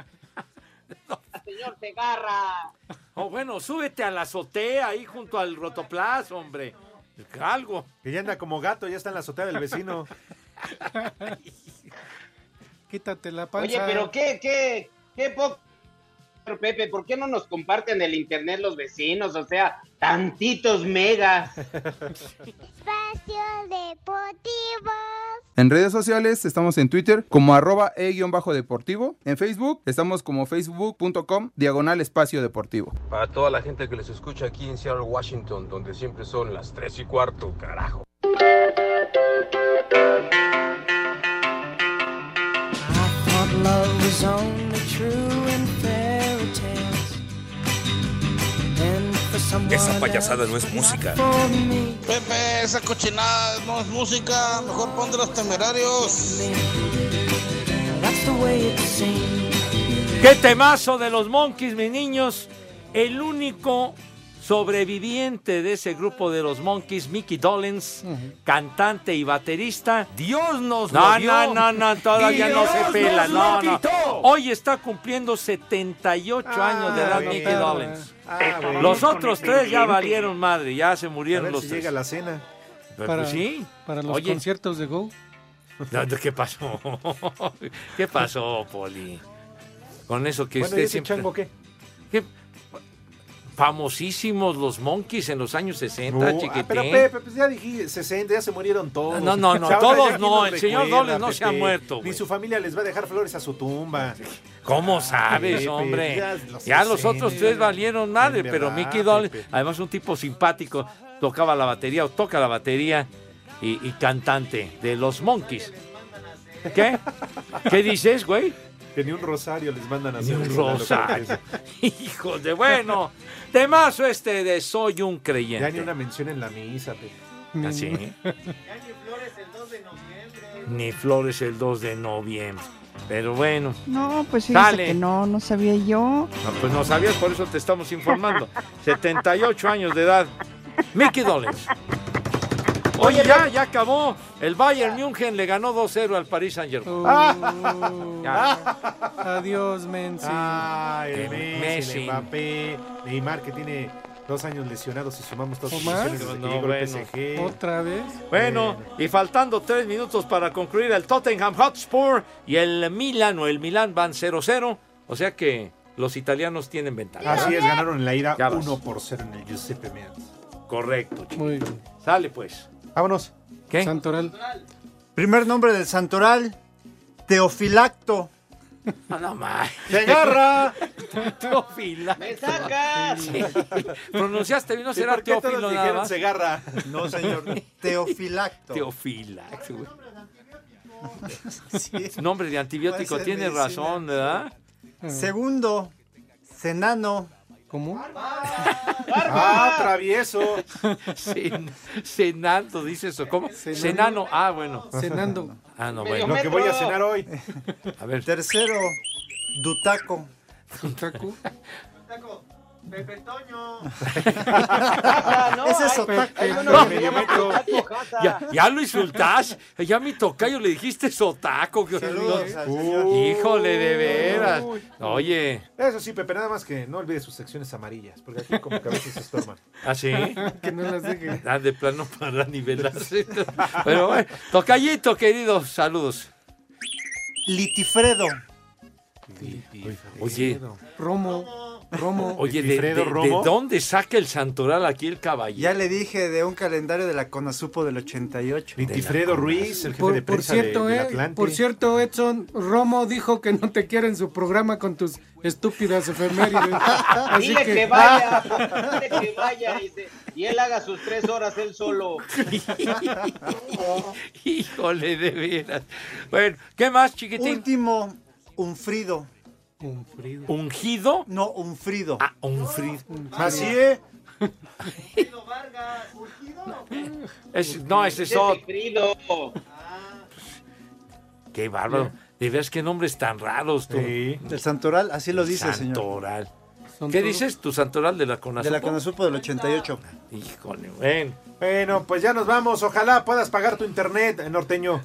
[SPEAKER 2] señor Segarra.
[SPEAKER 6] Oh, bueno, súbete a la azotea ahí junto al rotoplas, hombre. Algo.
[SPEAKER 10] Que ya anda como gato, ya está en la azotea del vecino.
[SPEAKER 8] Quítate la panza.
[SPEAKER 2] Oye, pero qué, qué, qué poco. Pepe, ¿por qué no nos comparten el internet los vecinos? O sea, tantitos megas.
[SPEAKER 50] En redes sociales estamos en Twitter como arroba e-deportivo. En Facebook estamos como facebook.com diagonal espacio deportivo.
[SPEAKER 6] Este,
[SPEAKER 5] Para toda la gente que les escucha aquí en Seattle, Washington, donde siempre son las 3 y cuarto, carajo.
[SPEAKER 3] Thought love was only true in fairy tales. Then for someone
[SPEAKER 46] Esa payasada no es música.
[SPEAKER 3] for me.
[SPEAKER 9] Pepe, esa cochinada no es música. Mejor ponte los temerarios.
[SPEAKER 3] That's the way it seems.
[SPEAKER 6] ¡Qué temazo de los Monkeys, mis niños! El único sobreviviente de ese grupo de los Monkeys, Mickey Dolenz, cantante y baterista. Dios nos
[SPEAKER 3] lo
[SPEAKER 6] no,
[SPEAKER 3] dio.
[SPEAKER 6] No, no, no, todavía no
[SPEAKER 3] Dios
[SPEAKER 6] se
[SPEAKER 3] nos
[SPEAKER 6] pela,
[SPEAKER 3] lo
[SPEAKER 6] no, no.
[SPEAKER 3] quitó.
[SPEAKER 6] Hoy está cumpliendo 78 años de edad
[SPEAKER 10] no,
[SPEAKER 6] Mickey
[SPEAKER 10] pero,
[SPEAKER 6] Dolenz.
[SPEAKER 10] ah, bueno.
[SPEAKER 6] los otros
[SPEAKER 10] Con el
[SPEAKER 6] tres ya
[SPEAKER 10] pendiente.
[SPEAKER 6] valieron madre, ya se
[SPEAKER 10] A
[SPEAKER 6] murieron
[SPEAKER 10] ver
[SPEAKER 6] los
[SPEAKER 10] si
[SPEAKER 6] tres.
[SPEAKER 10] llega la cena.
[SPEAKER 6] Pero, pues, sí.
[SPEAKER 8] Para los
[SPEAKER 6] Oye.
[SPEAKER 8] conciertos de Go.
[SPEAKER 6] No, ¿Qué pasó? ¿Qué pasó, Poli? Con eso que
[SPEAKER 10] Bueno, ¿y
[SPEAKER 6] usted
[SPEAKER 10] ese
[SPEAKER 6] siempre...
[SPEAKER 10] chango qué?
[SPEAKER 6] famosísimos los Monkeys en los años 60,
[SPEAKER 10] No, ah,
[SPEAKER 6] chiquitín.
[SPEAKER 10] pero Pepe, pues ya dije 60, ya se murieron todos.
[SPEAKER 6] No, no, no,
[SPEAKER 10] O sea, ahora
[SPEAKER 6] todos
[SPEAKER 10] ya
[SPEAKER 6] no,
[SPEAKER 10] quién nos
[SPEAKER 6] el señor
[SPEAKER 10] recuerda,
[SPEAKER 6] Dobles no se ha
[SPEAKER 10] Pepe.
[SPEAKER 6] muerto,
[SPEAKER 10] Ni su familia les va a dejar flores a su tumba.
[SPEAKER 6] ¿Cómo sabes,
[SPEAKER 10] Pepe,
[SPEAKER 6] hombre?
[SPEAKER 10] ya
[SPEAKER 6] Ya
[SPEAKER 10] los
[SPEAKER 6] los,
[SPEAKER 10] 60,
[SPEAKER 6] otros tres valieron madre,
[SPEAKER 10] en
[SPEAKER 6] pero
[SPEAKER 10] verdad,
[SPEAKER 6] Mickey Dolenz,
[SPEAKER 10] Pepe.
[SPEAKER 6] además un tipo simpático, tocaba la batería o toca la batería y, y cantante de los Monkeys. ¿Qué? ¿Qué dices, güey?
[SPEAKER 10] Que ni un rosario les mandan a
[SPEAKER 6] Ni
[SPEAKER 10] hacer.
[SPEAKER 6] un
[SPEAKER 10] Es una locura
[SPEAKER 6] rosario.
[SPEAKER 10] eso.
[SPEAKER 6] Hijos de bueno, temazo este de Soy un creyente.
[SPEAKER 10] Ya ni una mención en la misa, Pepe.
[SPEAKER 6] Así. Ni flores el 2 de noviembre. Pero bueno,
[SPEAKER 11] No, pues fíjese
[SPEAKER 6] Dale.
[SPEAKER 11] que no, no sabía yo.
[SPEAKER 6] no, pues no sabías, por eso te estamos informando. 78 años de edad. Mickey Dolenz. Oye, ya, ya acabó. El Bayern München le ganó 2-0 al Paris Saint-Germain.
[SPEAKER 8] Adiós, Menzi.
[SPEAKER 10] Ay, el
[SPEAKER 6] El
[SPEAKER 10] Messi, el
[SPEAKER 6] Messi.
[SPEAKER 10] Mbappé, Neymar, que tiene dos años lesionados y sumamos todas sus lesiones desde que
[SPEAKER 6] No,
[SPEAKER 10] llegó el
[SPEAKER 6] bueno.
[SPEAKER 10] PSG.
[SPEAKER 6] ¿Otra vez? Bueno, y faltando tres minutos para concluir, el Tottenham Hotspur y el Milan o el Milan van 0-0. O sea que los italianos tienen ventaja.
[SPEAKER 10] Así es, ganaron en la ida
[SPEAKER 6] Ya vas.
[SPEAKER 10] 1 por 0 en el Giuseppe Meazza.
[SPEAKER 6] Correcto. chico.
[SPEAKER 8] Muy bien.
[SPEAKER 6] Sale pues.
[SPEAKER 51] Vámonos.
[SPEAKER 6] ¿Qué?
[SPEAKER 8] Santoral.
[SPEAKER 51] Primer nombre del santoral, Teofilacto. ¡Se agarra!
[SPEAKER 6] Teófila.
[SPEAKER 2] ¡Me sacas!
[SPEAKER 6] Pronunciaste bien, no será Teófilo nada más.
[SPEAKER 10] garra?
[SPEAKER 51] No, señor. Teofilacto.
[SPEAKER 6] Teófila. güey. Nombre de antibiótico,
[SPEAKER 51] Puede ser
[SPEAKER 6] tiene
[SPEAKER 51] medicina.
[SPEAKER 6] razón, ¿verdad?
[SPEAKER 51] Segundo, Cenano.
[SPEAKER 8] ¿Cómo?
[SPEAKER 10] ¡Ah, travieso!
[SPEAKER 6] Cen- Cenando, dice eso. ¿Cómo? Cenano. Ah, bueno.
[SPEAKER 51] Cenando.
[SPEAKER 6] Ah, no,
[SPEAKER 51] Medio
[SPEAKER 6] bueno.
[SPEAKER 51] Lo que voy a metro. cenar
[SPEAKER 10] hoy.
[SPEAKER 6] A ver.
[SPEAKER 51] Tercero, Dutaco.
[SPEAKER 8] ¿Dutaco?
[SPEAKER 3] Pepe Toño.
[SPEAKER 51] Ese es Otaku.
[SPEAKER 6] No, ya, ya lo insultás. Ya a mi tocayo le dijiste sotaco. que-
[SPEAKER 10] Saludos al señor.
[SPEAKER 6] Uy, Híjole, de veras.
[SPEAKER 10] Uy.
[SPEAKER 6] Oye.
[SPEAKER 10] Eso sí, Pepe, nada más que no olvide sus secciones amarillas, porque aquí como que a veces se estorban.
[SPEAKER 6] ¿Así?
[SPEAKER 8] Que no las deje.
[SPEAKER 6] Ah, de plano para nivelarse. Pero bueno, tocayito, querido, saludos.
[SPEAKER 51] Litifredo.
[SPEAKER 6] Oye,
[SPEAKER 8] Romo.
[SPEAKER 6] Romo. Oye, de,
[SPEAKER 51] Wilfredo
[SPEAKER 6] de-
[SPEAKER 51] Romo.
[SPEAKER 6] de dónde saca el santoral aquí el caballero?
[SPEAKER 51] Ya le dije de un calendario de la Conasupo del 88.
[SPEAKER 10] Vitifredo Ruiz, el jefe
[SPEAKER 8] Por,
[SPEAKER 10] de
[SPEAKER 8] por
[SPEAKER 10] prensa
[SPEAKER 8] cierto,
[SPEAKER 10] de, del
[SPEAKER 8] eh,
[SPEAKER 10] Atlante.
[SPEAKER 8] por cierto, Edson, Romo dijo que no te quiere en su programa con tus estúpidas efemérides. Así
[SPEAKER 2] Dile que vaya, dile que vaya, dice, y él haga sus tres horas él solo.
[SPEAKER 6] Híjole, de veras. Bueno, ¿qué más, chiquitín?
[SPEAKER 51] Último, unfrido.
[SPEAKER 8] Unfrido.
[SPEAKER 6] ¿Ungido?
[SPEAKER 51] No, unfrido.
[SPEAKER 6] Ah, unfrido.
[SPEAKER 51] Macié.
[SPEAKER 6] Es- no, ese es otro. Qué bárbaro. De veras, qué nombres tan raros tú.
[SPEAKER 51] El santoral, así lo dice, señor.
[SPEAKER 6] Santoral. ¿Qué dices? ¿Tu santoral de la
[SPEAKER 51] De
[SPEAKER 6] Conasupo?
[SPEAKER 51] la Conasupo del 88.
[SPEAKER 6] Híjole, güey.
[SPEAKER 10] Bueno, pues ya nos vamos. Ojalá puedas pagar tu internet, eh, norteño.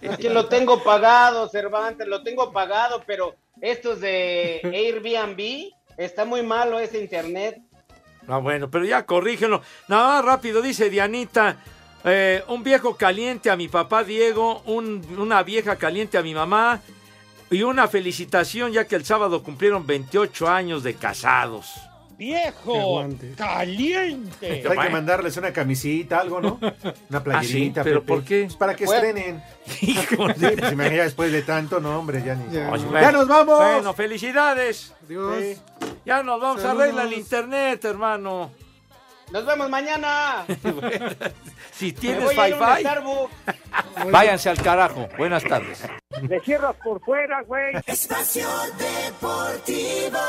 [SPEAKER 2] Es que lo tengo pagado, Cervantes, lo tengo pagado, pero estos de Airbnb está muy malo ese internet.
[SPEAKER 6] Ah, bueno, pero ya corrígenlo. Nada más rápido, dice Dianita. eh, un viejo caliente a mi papá Diego, un- una vieja caliente a mi mamá y una felicitación ya que el sábado cumplieron 28 años de casados.
[SPEAKER 10] ¡Viejo! ¡Caliente! Hay que mandarles una camisita, algo, ¿no? Una playerita.
[SPEAKER 6] ¿Ah, sí? ¿Pero
[SPEAKER 10] Pepe.
[SPEAKER 6] por qué?
[SPEAKER 10] Pues para que
[SPEAKER 6] Bueno.
[SPEAKER 10] estrenen. Sí, pues imagina después de tanto, no, hombre, ya ni.
[SPEAKER 6] Oye,
[SPEAKER 10] ¡Ya
[SPEAKER 6] bueno,
[SPEAKER 10] nos vamos!
[SPEAKER 6] Bueno, felicidades.
[SPEAKER 8] Dios.
[SPEAKER 6] Sí. Ya nos vamos,
[SPEAKER 2] Saludos.
[SPEAKER 6] arregla el internet, hermano.
[SPEAKER 2] Nos vemos mañana.
[SPEAKER 6] Si
[SPEAKER 2] Me
[SPEAKER 6] tienes
[SPEAKER 2] voy a ir a un
[SPEAKER 6] Wi-Fi,
[SPEAKER 2] Starbucks.
[SPEAKER 6] váyanse al carajo. Buenas tardes.
[SPEAKER 12] Le cierras por fuera, güey. Espacio Deportivo.